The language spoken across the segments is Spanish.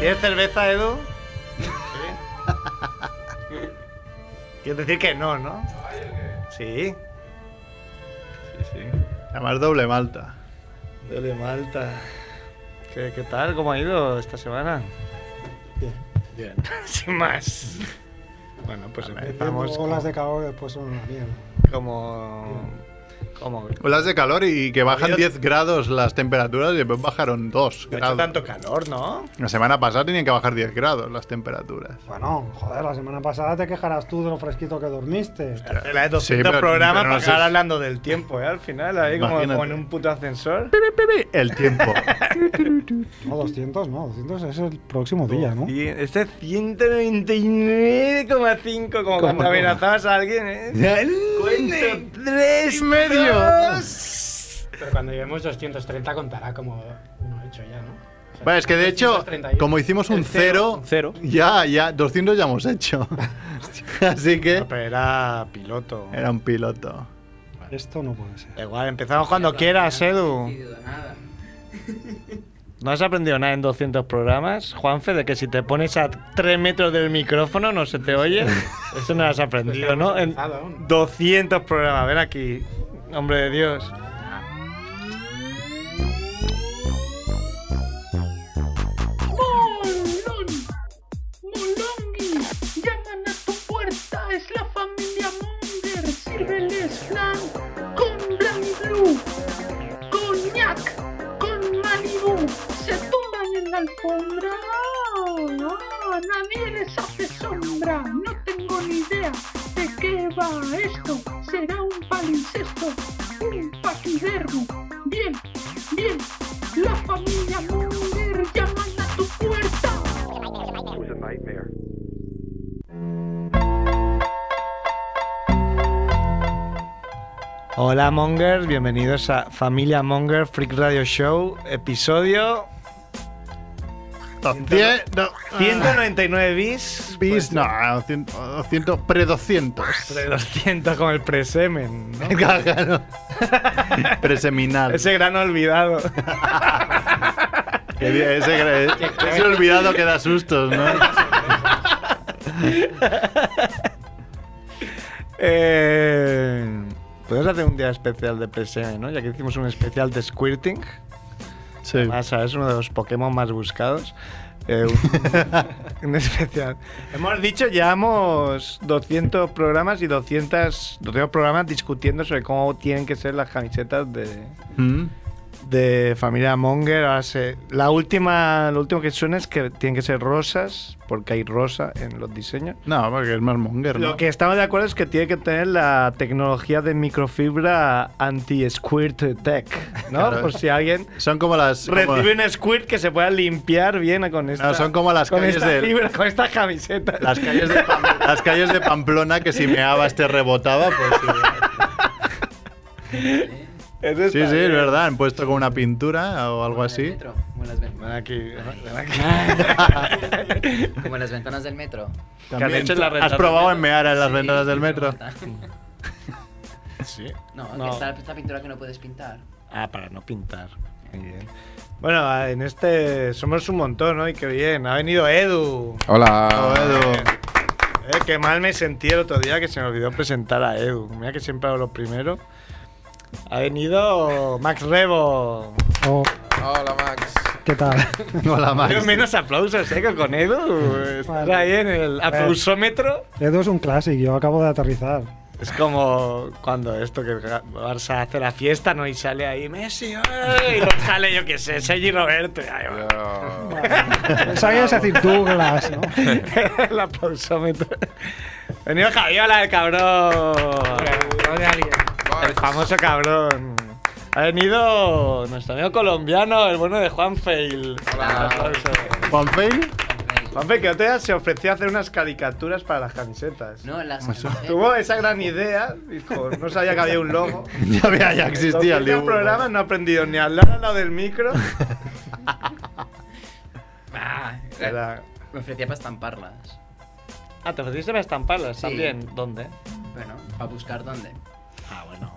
¿Tienes cerveza, Edu? Quiero decir que no, ¿no? Sí. Sí, sí. Además, doble malta. Doble Malta. ¿Qué, qué tal? ¿Cómo ha ido esta semana? Bien. Sin más. Bueno, pues empezamos Tengo olas como, de calor después son una mierda. como, como- Olas de calor y que bajan Había- 10 grados las temperaturas y después bajaron 2 No ha hecho grados. tanto calor, ¿no? La semana pasada tenían que bajar 10 grados las temperaturas. Bueno, joder, la semana pasada te quejarás tú de lo fresquito que dormiste. La de 200 Sí, pero- programas pero no para acabar sé. hablando del tiempo, ¿eh? Al final, ahí como, como en Imagínate. un puto ascensor. El tiempo. No, 200 no, 200 es el próximo día, ¿no? Y este 199,5, como cuando amenazabas a alguien, ¿eh? Cuenta. ¡Tres medio! Pero cuando lleguemos 230 contará como uno hecho ya, ¿no? O sea, Vale, es que de hecho, 231. como hicimos un El cero, 0, ya, ya, 200 ya hemos hecho. Así que Pero era piloto. era un piloto. Esto no puede ser. Da Igual, empezamos cuando quieras, Edu. No has aprendido nada en 200 programas, Juanfe, de que si te pones a 3 metros del micrófono no se te oye. Eso no lo has aprendido, ¿no? En Empezado aún. 200 programas, ven aquí, hombre de Dios. ¡Molón! ¡Molongi! ¡Llaman a tu puerta! ¡Es la familia Munger! ¡Sírveles flan con Blanc Blue! ¡Coñac! ¡Con Malibu! ¡Se tumban en la alfombra! ¡Ah! ¡Nadie les hace sombra! ¡No tengo ni idea de qué va esto! ¡Será un palincesto! ¡Un paquidermo! ¡Bien! ¡Bien! ¡La familia Munger llaman a tu puerta! Hola Mongers, bienvenidos a Familia Monger Freak Radio Show, episodio 100, no, Ah, 199 bis. bis, no, 200, 200, pre-200. Entre 200 con el presemen, ¿no? Claro. Preseminal. Ese gran olvidado. Que di- Ese, gra- ese olvidado que da sustos, ¿no? Eh, Podemos hacer un día especial de presemen, ¿no? Ya que hicimos un especial de squirting. Sí. Además, es Ah, uno de los Pokémon más buscados. Eh, un, un especial. Hemos dicho, llevamos 200 programas y 200, 200 programas discutiendo sobre cómo tienen que ser las camisetas de, Mm. de familia Monger. Ahora se- la última, lo último que suena es que tienen que ser rosas, porque hay rosa en los diseños. No, porque es más monger, ¿no? Lo que estamos de acuerdo es que tiene que tener la tecnología de microfibra anti-squirt tech, ¿no? Claro. Por si alguien Son como las. como- recibe un squirt que se pueda limpiar bien con esta, No, son como las con calles esta del- fibra, con esta camiseta. las, calles de Pam- las calles de Pamplona que si meabas te rebotaba, pues sí. Eso está Sí, sí, es bien. verdad. Han puesto como una pintura o algo así. Como las, ven- Ven aquí, ven aquí. como las ventanas del metro. han hecho en las ¿Has ventanas probado del en mear en las Sí, ventanas del sí, metro? Sí. No, No. que está esta pintura que no puedes pintar. Ah, para no pintar. Muy bien. Bueno, en este somos un montón, ¿no? Y qué bien. Ha venido Edu. Oh, Hola. Edu. Eh, qué mal me sentí el otro día que se me olvidó presentar a Edu. Mira que siempre hago lo primero. Ha venido Max Rebo. Oh, Hola, Max. ¿Qué tal? Hola, Pero Max. menos aplausos, ¿eh? que Con Edu. Estar ahí en el aplausómetro. Edu es un clásico, yo acabo de aterrizar. Es como cuando esto que el Ga- Barça hace la fiesta, ¿no? Y sale ahí Messi, ¡ay! y lo sale, yo qué sé, Sergi Roberto. Ay, va. Yo- Sabías decir Douglas, ¿no? el aplausómetro. Venido Javiola, el cabrón. El famoso cabrón. Ha venido nuestro amigo colombiano, el bueno de Juan Fail. Hola. ¿Juan Feil? Juan Fail, que otro día se ofreció a hacer unas caricaturas para las camisetas. No, las Tuvo esa gran idea, dijo, no sabía que había un logo. Ya, había- ya existía el el dibujo. programa no ha aprendido ni a hablar al lado del micro. Ah, Era- Me ofrecía para estamparlas. Ah, te ofreciste para estamparlas Sí. también. ¿Dónde? Bueno, para buscar dónde. Ah, bueno.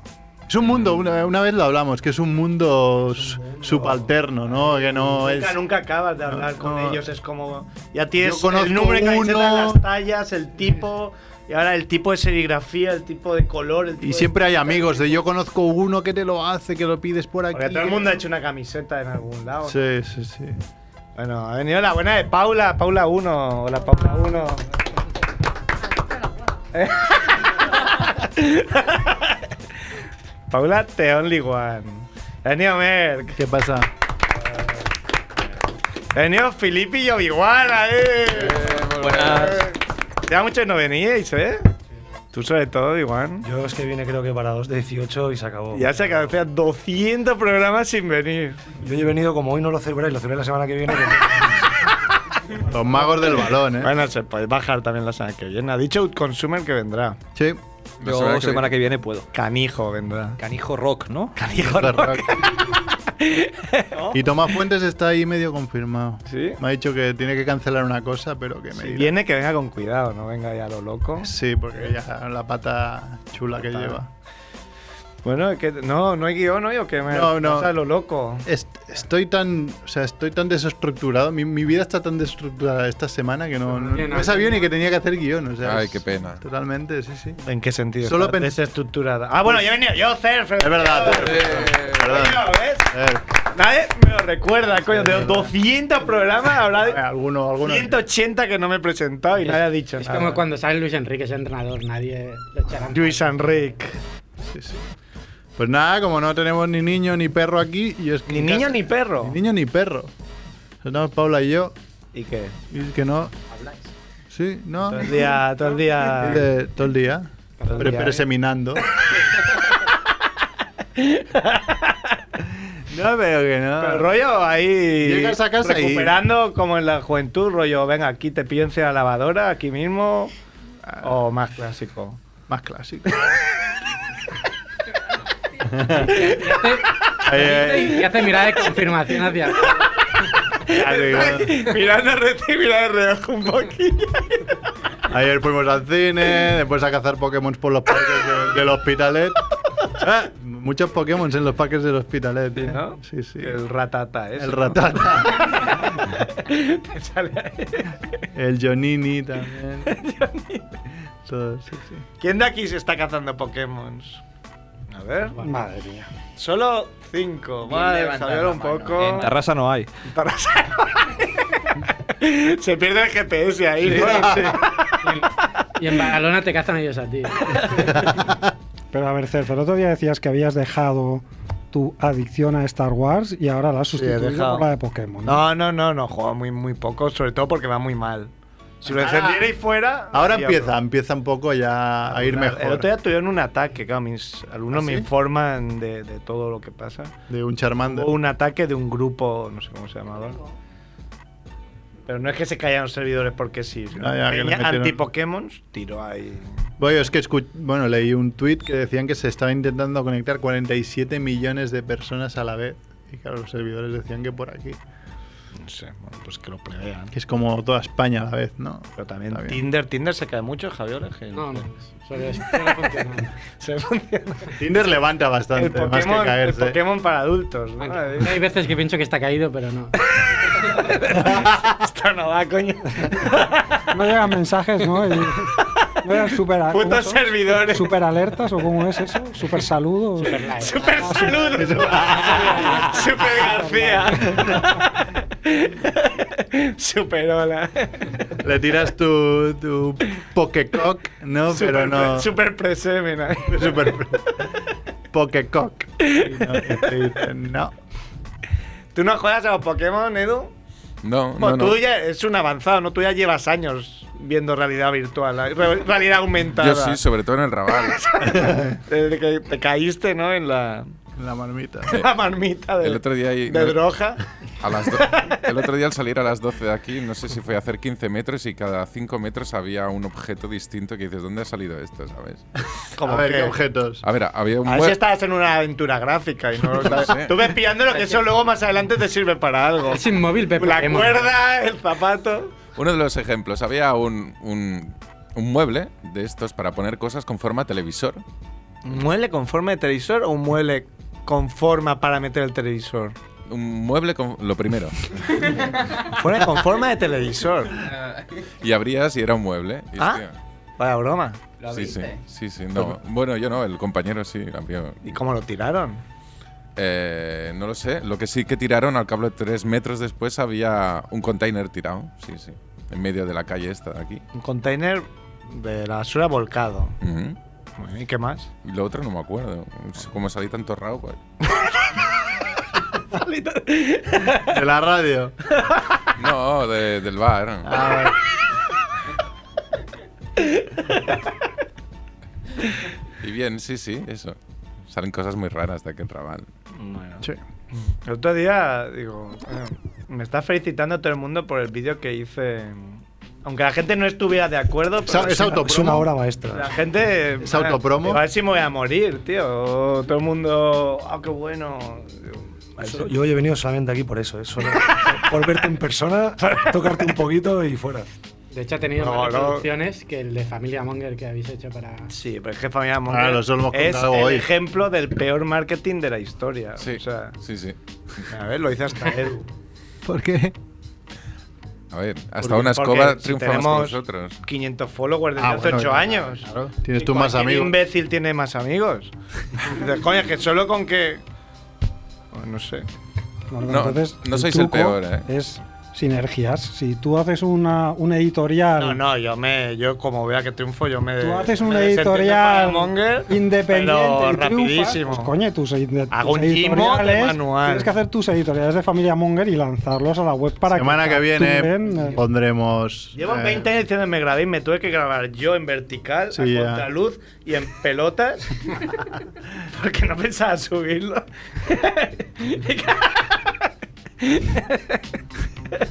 Es un mundo, una, una vez lo hablamos, que es un mundo, Es un mundo. subalterno, ¿no? Que no es. nunca, nunca acabas de hablar No, con no. ellos, es como. Ya tienes Yo conozco el número de camisetas, uno. las tallas, el tipo. Y ahora el tipo de serigrafía, el tipo de color. El tipo Y de- siempre hay amigos de yo conozco uno que te lo hace, que lo pides por aquí. Porque todo el mundo ha hecho una camiseta en algún lado. Sí, sí, sí. Bueno, ha venido la buena de Paula, Paula 1. Hola, Paula 1. Paula, the only one. Ha venido Merck. ¿Qué pasa? Ha venido Filippi y Oviguana, eh. Buenas. Ya muchos no veníais, ¿eh? Tú sobre todo, Iguan. Yo es que vine creo que para 2 de 18 y se acabó. Ya se acabó, hacía 200 programas sin venir. ¿Eh? Yo he venido como hoy no lo celebráis, lo celebráis la semana que viene. que- Los magos del balón, ¿eh? Bueno, se puede bajar también la semana que viene. Ha dicho Outconsumer que vendrá. Sí. Yo semana, que viene puedo. Canijo vendrá. Canijo rock, ¿no? Canijo, Y Tomás Fuentes está ahí medio confirmado. ¿Sí? Me ha dicho que tiene que cancelar una cosa, pero que me Si dirá. viene, que venga con cuidado, no venga ya lo loco. Sí, porque ya la pata chula que lleva. Bueno, que, no, no hay guión hoy o que me No, no. pasa lo loco. Est- estoy tan, o sea, estoy tan desestructurado, mi, mi vida está tan desestructurada esta semana que no, no, tiene no nada. he sabido ni que tenía que hacer guión, o sea, Ay, es- qué pena. Totalmente, sí, sí. ¿En qué sentido? Solo Está pen- desestructurada. Ah, bueno, yo he venido yo, Cerf. Es verdad, Cerf. Perdón. ¿Ves? Eh, Nadie me lo recuerda, coño. De 200 programas habrá de alguno, alguno. 180 que no me he presentado y nadie ha dicho Es nada. como cuando sale Luis Enrique, es entrenador, nadie lo echará. Luis Enrique. Sí, sí. Pues nada, como no tenemos ni niño ni perro aquí, y es Ni niño ni perro. ni niño ni perro. Estamos Paula y yo, ¿Y qué? y es que no. Sí, no. Todo el día, todo el día. Eh, todo el día. Todo el Pre- día, ¿eh? Preseminando. no veo que no. Pero rollo ahí. Llegas a casa y- Recuperando como en la juventud, rollo, venga, aquí te piense la lavadora, aquí mismo. O más clásico. Más clásico. Eh, Y hace mirada de confirmación hacia. ayer, Mirando a y mirando el reloj un poquillo. ayer fuimos al cine, después a cazar Pokémon por los parques de- del Hospitalet. Ah, muchos Pokémon en los parques del Hospitalet. ¿eh? ¿No? Sí, sí. El ratata, ¿eh? El Ratata, Te sale ahí. el Jonini también. Todos, sí, sí. ¿Quién de aquí se está cazando Pokémon? A ver. Madre mía. Solo cinco. Bien Vale, levantada Javier, la un mano. poco. En Tarrasa no hay. Se pierde el GPS ahí. ¿no? Y en Badalona te cazan ellos a ti. Pero a ver, Cerf, el otro día decías que habías dejado tu adicción a Star Wars y ahora la has Sí, he sustituido dejado. por la de Pokémon. No, no, no, no, juego muy, muy poco, sobre todo porque va muy mal. Si lo Ah. encendiera y fuera. Ahora hacía empieza, algo. empieza un poco ya a ir Una- El mejor. otro día tuvieron un ataque, claro, mis alumnos ¿Ah, me sí? informan de, de todo lo que pasa. De un Charmander. Hubo un ataque de un grupo, no sé cómo se llamaba. Pero no es que se caían los servidores porque sí. sino Ah, ya, que le peña metieron. Anti-Pokémon, tiro ahí. Bueno, es que escu- bueno, leí un tweet que decían que se estaba intentando conectar 47 millones de personas a la vez. Y claro, los servidores decían que por aquí. No sé, bueno, pues que lo prevean. Que es como toda España a la vez, ¿no? Pero también Está bien. Tinder, Tinder se cae mucho, Javier. que- No, no. Suele, suele funcionar. Se funciona. Tinder levanta bastante, El más que Pokémon, el caerse. Pokémon para adultos. ¿no? Aunque Hay veces que pienso que está caído, pero no. Esto no va, coño. No llegan mensajes, ¿no? Y- no llegan super, ¿cómo Putos son? servidores. super alertas o cómo es eso, super saludos. Super saludos. Super García. Super hola. Le tiras tu, tu Pokecock, ¿no? Pero Super- no. Super presemen. ahí. Super. Pokecock. Y No, y te dicen, no. ¿Tú no juegas a los Pokémon, Edu? No, no, Bueno, no. Oh, tú ya es un avanzado, ¿no? Tú ya llevas años viendo realidad virtual, ¿eh? Re- realidad aumentada. Yo sí, sobre todo en el Raval. Desde que te caíste, ¿no? En la, La marmita. la marmita de, El otro día ahí- de Droja. A las do- el otro día al salir a las 12 de aquí, no sé si fue a hacer 15 metros y cada 5 metros había un objeto distinto que dices, ¿dónde ha salido esto? ¿Sabes? Como a ver, que- ¿qué objetos? A ver, había un A ver si buen- estabas en una aventura gráfica y no lo No sabes. sé. Tú ves pillando lo que eso luego más adelante te sirve para algo. Es inmóvil, Pepe. La Pokémon. cuerda, el zapato. Uno de los ejemplos, había un, un- un mueble de estos para poner cosas con forma televisor ¿Mueble con forma de televisor o un mueble con forma para meter el televisor? Un mueble con lo primero. Mueble con forma de televisor. Y abría si era un mueble. Y, Ah. hostia, Vaya broma. ¿Lo sí, sí, abriste? sí, sí, no. Bueno, yo no, el compañero sí abrió. ¿Y cómo lo tiraron? Eh, no lo sé. Lo que sí que tiraron al cabo de tres metros después había un container tirado. Sí, sí. En medio de la calle esta de aquí. Un container de la basura volcado. Ujú. ¿Y qué más? Y lo otro no me acuerdo. Como salí tan torrado. pues. De la radio. No, de- del bar. Y bien, sí, sí, eso. Salen cosas muy raras de aquel rabal. Sí. El otro día, digo, eh, me está felicitando todo el mundo por el vídeo que hice. Aunque la gente no estuviera de acuerdo, Es, au- pero es autopromo. Es una obra la maestra. gente. ¿Es autopromo? A ver si me voy a morir, tío. Todo el mundo. ¡Ah, qué bueno! Solo- Yo he venido solamente aquí por eso, es solo por verte en persona, tocarte un poquito y fuera. De hecho, ha tenido No, más no. reproducciones que el de Familia Monger que habéis hecho para. Sí, pero es que familia Ah, Monger lo solo hemos es el contado hoy. ejemplo del peor marketing de la historia. Sí, O sea, sí, sí. a ver, lo hice hasta Edu. ¿Por qué? A ver, hasta Porque- una porque escoba si triunfa más que tenemos nosotros. 500 followers desde Ah, hace bueno, 8 claro, años. claro. Tienes Y tú más cualquier amigos. imbécil tiene más amigos. Dices, Coño, es que solo con que. Bueno, No sé. No, no, No, entonces, no sois el truco peor, ¿eh? Es sinergias. Si tú haces una, un editorial. No, no, yo me. Yo como vea que triunfo, yo me. Tú haces un Eh, me desentiendo editorial con Monger, independiente pero y triunfas, rapidísimo. pues, coño, tus, edi- Hago tus un gimo de editoriales, manual. Tienes que hacer tus editoriales de familia Monger y lanzarlos a la web para Semana que capturen, viene eh, pondremos. Llevo eh, 20 años diciendo me grabé y me tuve que grabar yo en vertical, Sí, a ya. contraluz y en pelotas. porque no pensaba subirlo.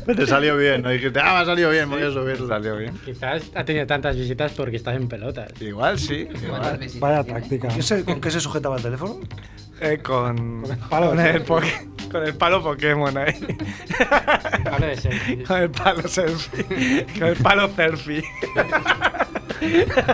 Te salió bien, ¿no? Dijiste, ah, me ha salido bien, voy a subirlo. Salió bien. Quizás ha tenido tantas visitas porque estás en pelotas. Igual sí. igual. ¿Cuántas visitas Vaya tiene? táctica. ¿Qué se- ¿Con qué se sujetaba el teléfono? Eh, con, Con el palo. con el poke- con el palo Pokémon ahí. Habla de selfies. Con el palo selfie. Con el palo selfie.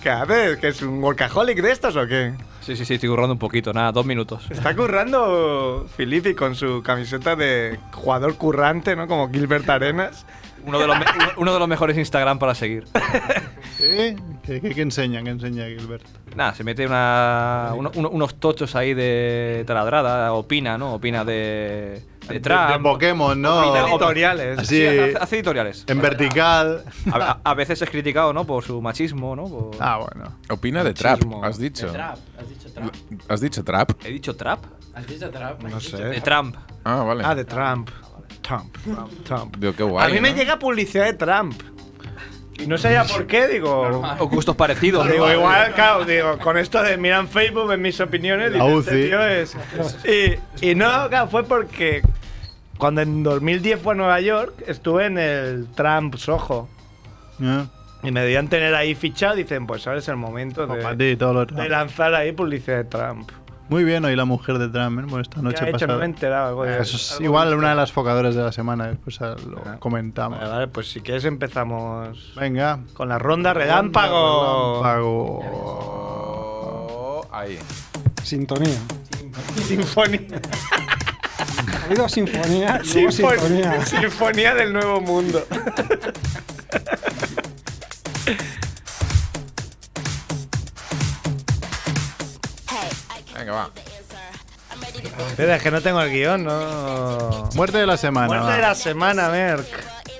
¿Qué haces? ¿Que es un workaholic de estos o qué? Sí, sí, sí, estoy currando un poquito, nada, dos minutos. Está currando Filippi con su camiseta de jugador currante, ¿no? Como Gilbert Arenas. Uno de los, me- uno- uno de los mejores Instagram para seguir. ¿Sí? ¿Qué, qué, qué enseña? ¿Qué enseña Gilbert? Nada, se mete una, uno- uno- unos tochos ahí de taladrada, opina, ¿no? Opina de, de Trump. De, de Pokémon, ¿no? Opina- Editoriales. Así, Sí, hace, hace editoriales. en vertical. Ah, A, a- a veces es criticado, ¿no? Por su machismo, ¿no? Por- Ah, bueno. Opina de trap, Machismo. has De dicho. trap, has dicho trap. ¿Has dicho trap? ¿He dicho trap? Has dicho trap. No has dicho sé. De trap. Trump. Ah, vale. Ah, de Trump. Trump. Trump. Digo, qué A guay. mí me ¿no? llega publicidad de Trump. Y no sabía por qué, digo. O gustos parecidos. ¿no? Digo, igual, claro, digo, con esto de miran Facebook, ven mis opiniones, La digo, este UCI. tío es. Y, y no, claro, fue porque cuando en 2010 fue a Nueva York, estuve en el Trump Soho. ¿Eh? Y me debían tener ahí fichado, dicen, pues ahora es el momento Pues de, para ti y todo lo otro. de lanzar ahí publicidad de Trump. Muy bien hoy la mujer de Trump, ¿eh? Bueno, esta ¿Qué noche ha hecho? No me he pasada. enterado. algo de- Eso es algo igual de- una de las focadoras de la semana, después ah, lo Ah. comentamos. Vale, vale, pues si quieres empezamos Venga. con la ronda relámpago. Pago. Oh, ahí. Sintonía. Sinfonía. Ha habido sinfonía. y luego Sinfonía. sintonía. Sinfonía del Nuevo Mundo. Venga, va. Espera, es que no tengo el guión, no. Muerte de la semana. Muerte va. de la semana, Merck.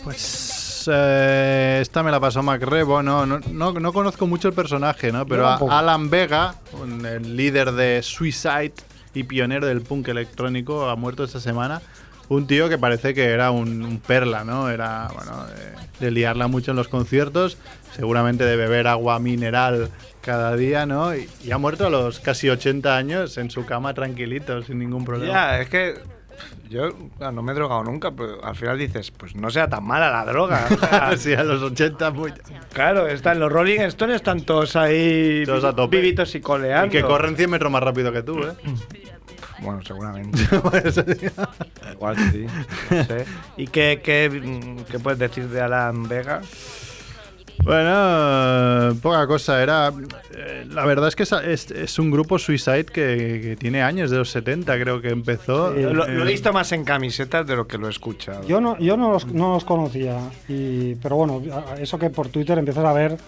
Pues eh, esta me la pasó MacRebo, no, no, no, no conozco mucho el personaje, ¿no? Pero Yo a- tampoco. Alan Vega, un- el líder de Suicide y pionero del punk electrónico, ha muerto esta semana. Un tío que parece que era un, un perla, ¿no? Era, bueno, de, de liarla mucho en los conciertos, seguramente de beber agua mineral cada día, ¿no? Y, y ha muerto a los casi 80 años en su cama tranquilito, sin ningún problema. Ya, es que yo ah, no me he drogado nunca, pero al final dices, pues no sea tan mala la droga. o sea, sí, a los 80 muy... claro, están los Rolling Stones, están todos ahí Todos a tope. vivitos y coleando. Y que corren 100 metros más rápido que tú, ¿eh? Bueno, seguramente. Por eso digo. Igual sí. no sé. ¿Y qué, qué, mm, qué puedes decir de Alan Vega? Bueno, poca cosa. Era. eh, La verdad es que es, es- es un grupo Suicide que, que tiene años, de los 70, creo que empezó. Sí. Eh, Lo, lo he visto más en camisetas de lo que lo he escuchado. Yo no, yo no los, no los conocía, y, pero bueno, a- eso que por Twitter empiezas a ver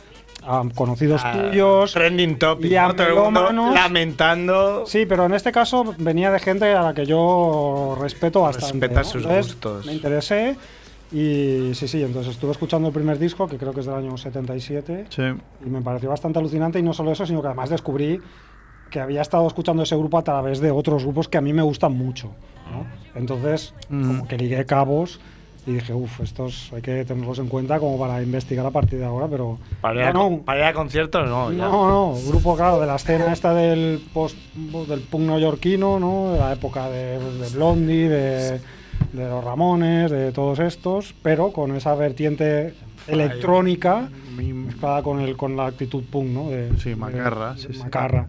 a conocidos Ah, tuyos. Trending topic. y a ¿no? Todo el mundo melómanos. lamentando. Sí, pero en este caso venía de gente a la que yo respeto bastante. Respeta ¿no? sus Entonces, gustos. Me interesé y sí, sí, entonces estuve escuchando el primer disco, que creo que es del año 77, sí. y me pareció bastante alucinante y no solo eso, sino que además descubrí que había estado escuchando ese grupo a través de otros grupos que a mí me gustan mucho. ¿no? Entonces, como que ligué cabos y dije, uff, estos hay que tenerlos en cuenta como para investigar a partir de ahora, pero... Para ir, ya a, no, para ir a conciertos, no. ya. no, no, grupo, claro, de la escena esta del post, del punk neoyorquino, ¿no? De la época de, de Blondie, de, de los Ramones, de todos estos, pero con esa vertiente electrónica mezclada con el con la actitud punk, ¿no? De, Sí, de- macarra, sí, sí. macarra.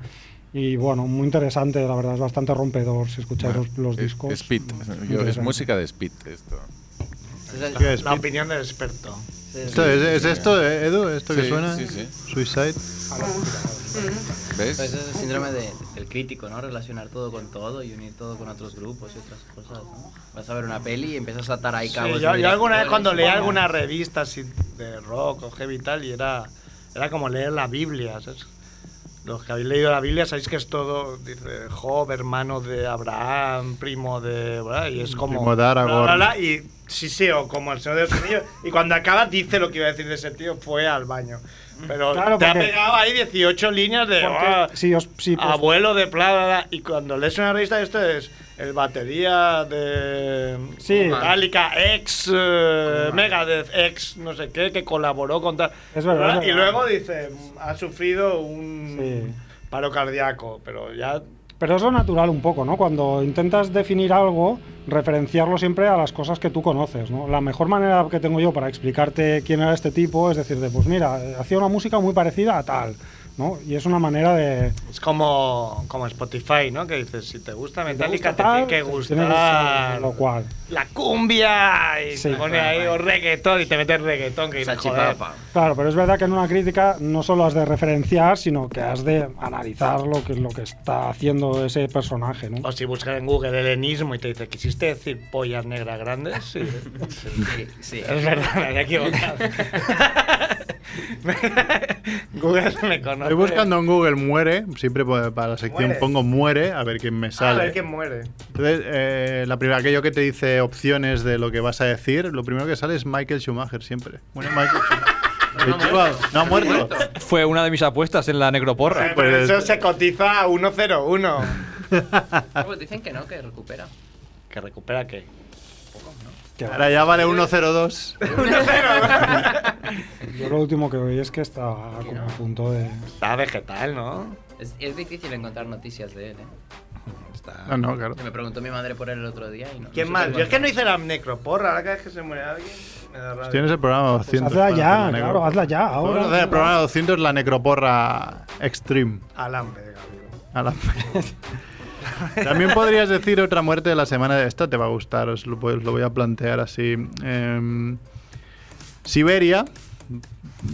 Y bueno, muy interesante, la verdad, es bastante rompedor si escucháis los, los Es- discos. Es, Pete. Yo- es Interesante. música de Spit esto. Entonces, ¿Qué es? La opinión del experto. Esto es, es esto, eh, Edu? ¿Esto que Sí, suena? sí, sí. Suicide. ¿Ves? Pues es el síndrome de- del crítico, ¿no? Relacionar todo con todo y unir todo con otros grupos y otras cosas, ¿no? Vas a ver una peli y empiezas a atar ahí Sí, cabos. de yo, yo alguna vez directores. cuando leía alguna revista así de rock o heavy y tal, y era, era como leer la Biblia, ¿sabes? Los que habéis leído la Biblia sabéis que es todo, dice, Job, hermano de Abraham, primo de... ¿verdad? Y es como... Primo de Aragorn. bla, bla, bla, y sí, sí, o como el Señor de los Anillos. Y cuando acaba dice lo que iba a decir de ese tío, fue al baño. Pero Claro, te ha porque- pegado ahí 18 líneas de... Porque Eh, "Ah, si os- si os- Abuelo de bla, bla, bla". Y cuando lees una revista, esto es el batería de Sí. Metallica, ex eh, Megadeth, ex no sé qué, que colaboró con tal. Es verdad, es Y verdad. luego dice, ha sufrido un Sí. paro cardíaco, pero ya. Pero es lo natural un poco, ¿no? Cuando intentas definir algo, referenciarlo siempre a las cosas que tú conoces, ¿no? La mejor manera que tengo yo para explicarte quién era este tipo es decirte, pues mira, eh, hacía una música muy parecida a tal, ¿no? Y es una manera de... Es como, como Spotify, ¿no? Que dices, si te gusta te Metallica, gusta te tiene tal, que tiene gustar. ser lo cual. La cumbia y Sí. te pone ahí o reggaetón y te metes reggaetón que dices, joder. Salchipapa. Claro, pero es verdad que en una crítica no solo has de referenciar, sino que has de analizar lo que, lo que está haciendo ese personaje, ¿no? O si buscas en Google helenismo y te dice, ¿quisiste decir pollas negras grandes? Sí. Sí, sí. Es verdad, me había equivocado. Google me conoce. Estoy buscando en Google muere, siempre po- para la sección Muere. pongo muere, a ver quién me Ah, A sale. ver quién muere. Entonces, eh, la primera, aquello que te dice opciones de lo que vas a decir, lo primero que sale es Michael Schumacher siempre. Bueno, Michael Schumacher. El tío ha- no ha muerto. Fue una de mis apuestas en la Eh, necroporra. pero pues- eso se cotiza a 101. Ah, pues dicen que no, que recupera. ¿Que recupera qué? Ahora ya vale 102. Yo lo último que oí es que está como a punto de... Está vegetal, ¿no? Es, es difícil encontrar noticias de él, ¿eh? No, no, claro. Que me preguntó mi madre por él el otro día y no. ¿Quién no más? supe Yo es que no encontrar. hice la necroporra. Ahora cada vez que se muere alguien, me da rabia. Tienes el programa 200. Pues hazla para ya, hacer la claro, necro- hazla ya, Vamos ahora, a hacer el hazla. programa 200, la necroporra extreme. Alambre de Gabriel. A la- También podrías decir otra muerte de la semana. Esta te va a gustar, os lo, voy- os lo voy a plantear así. Em, Siberia.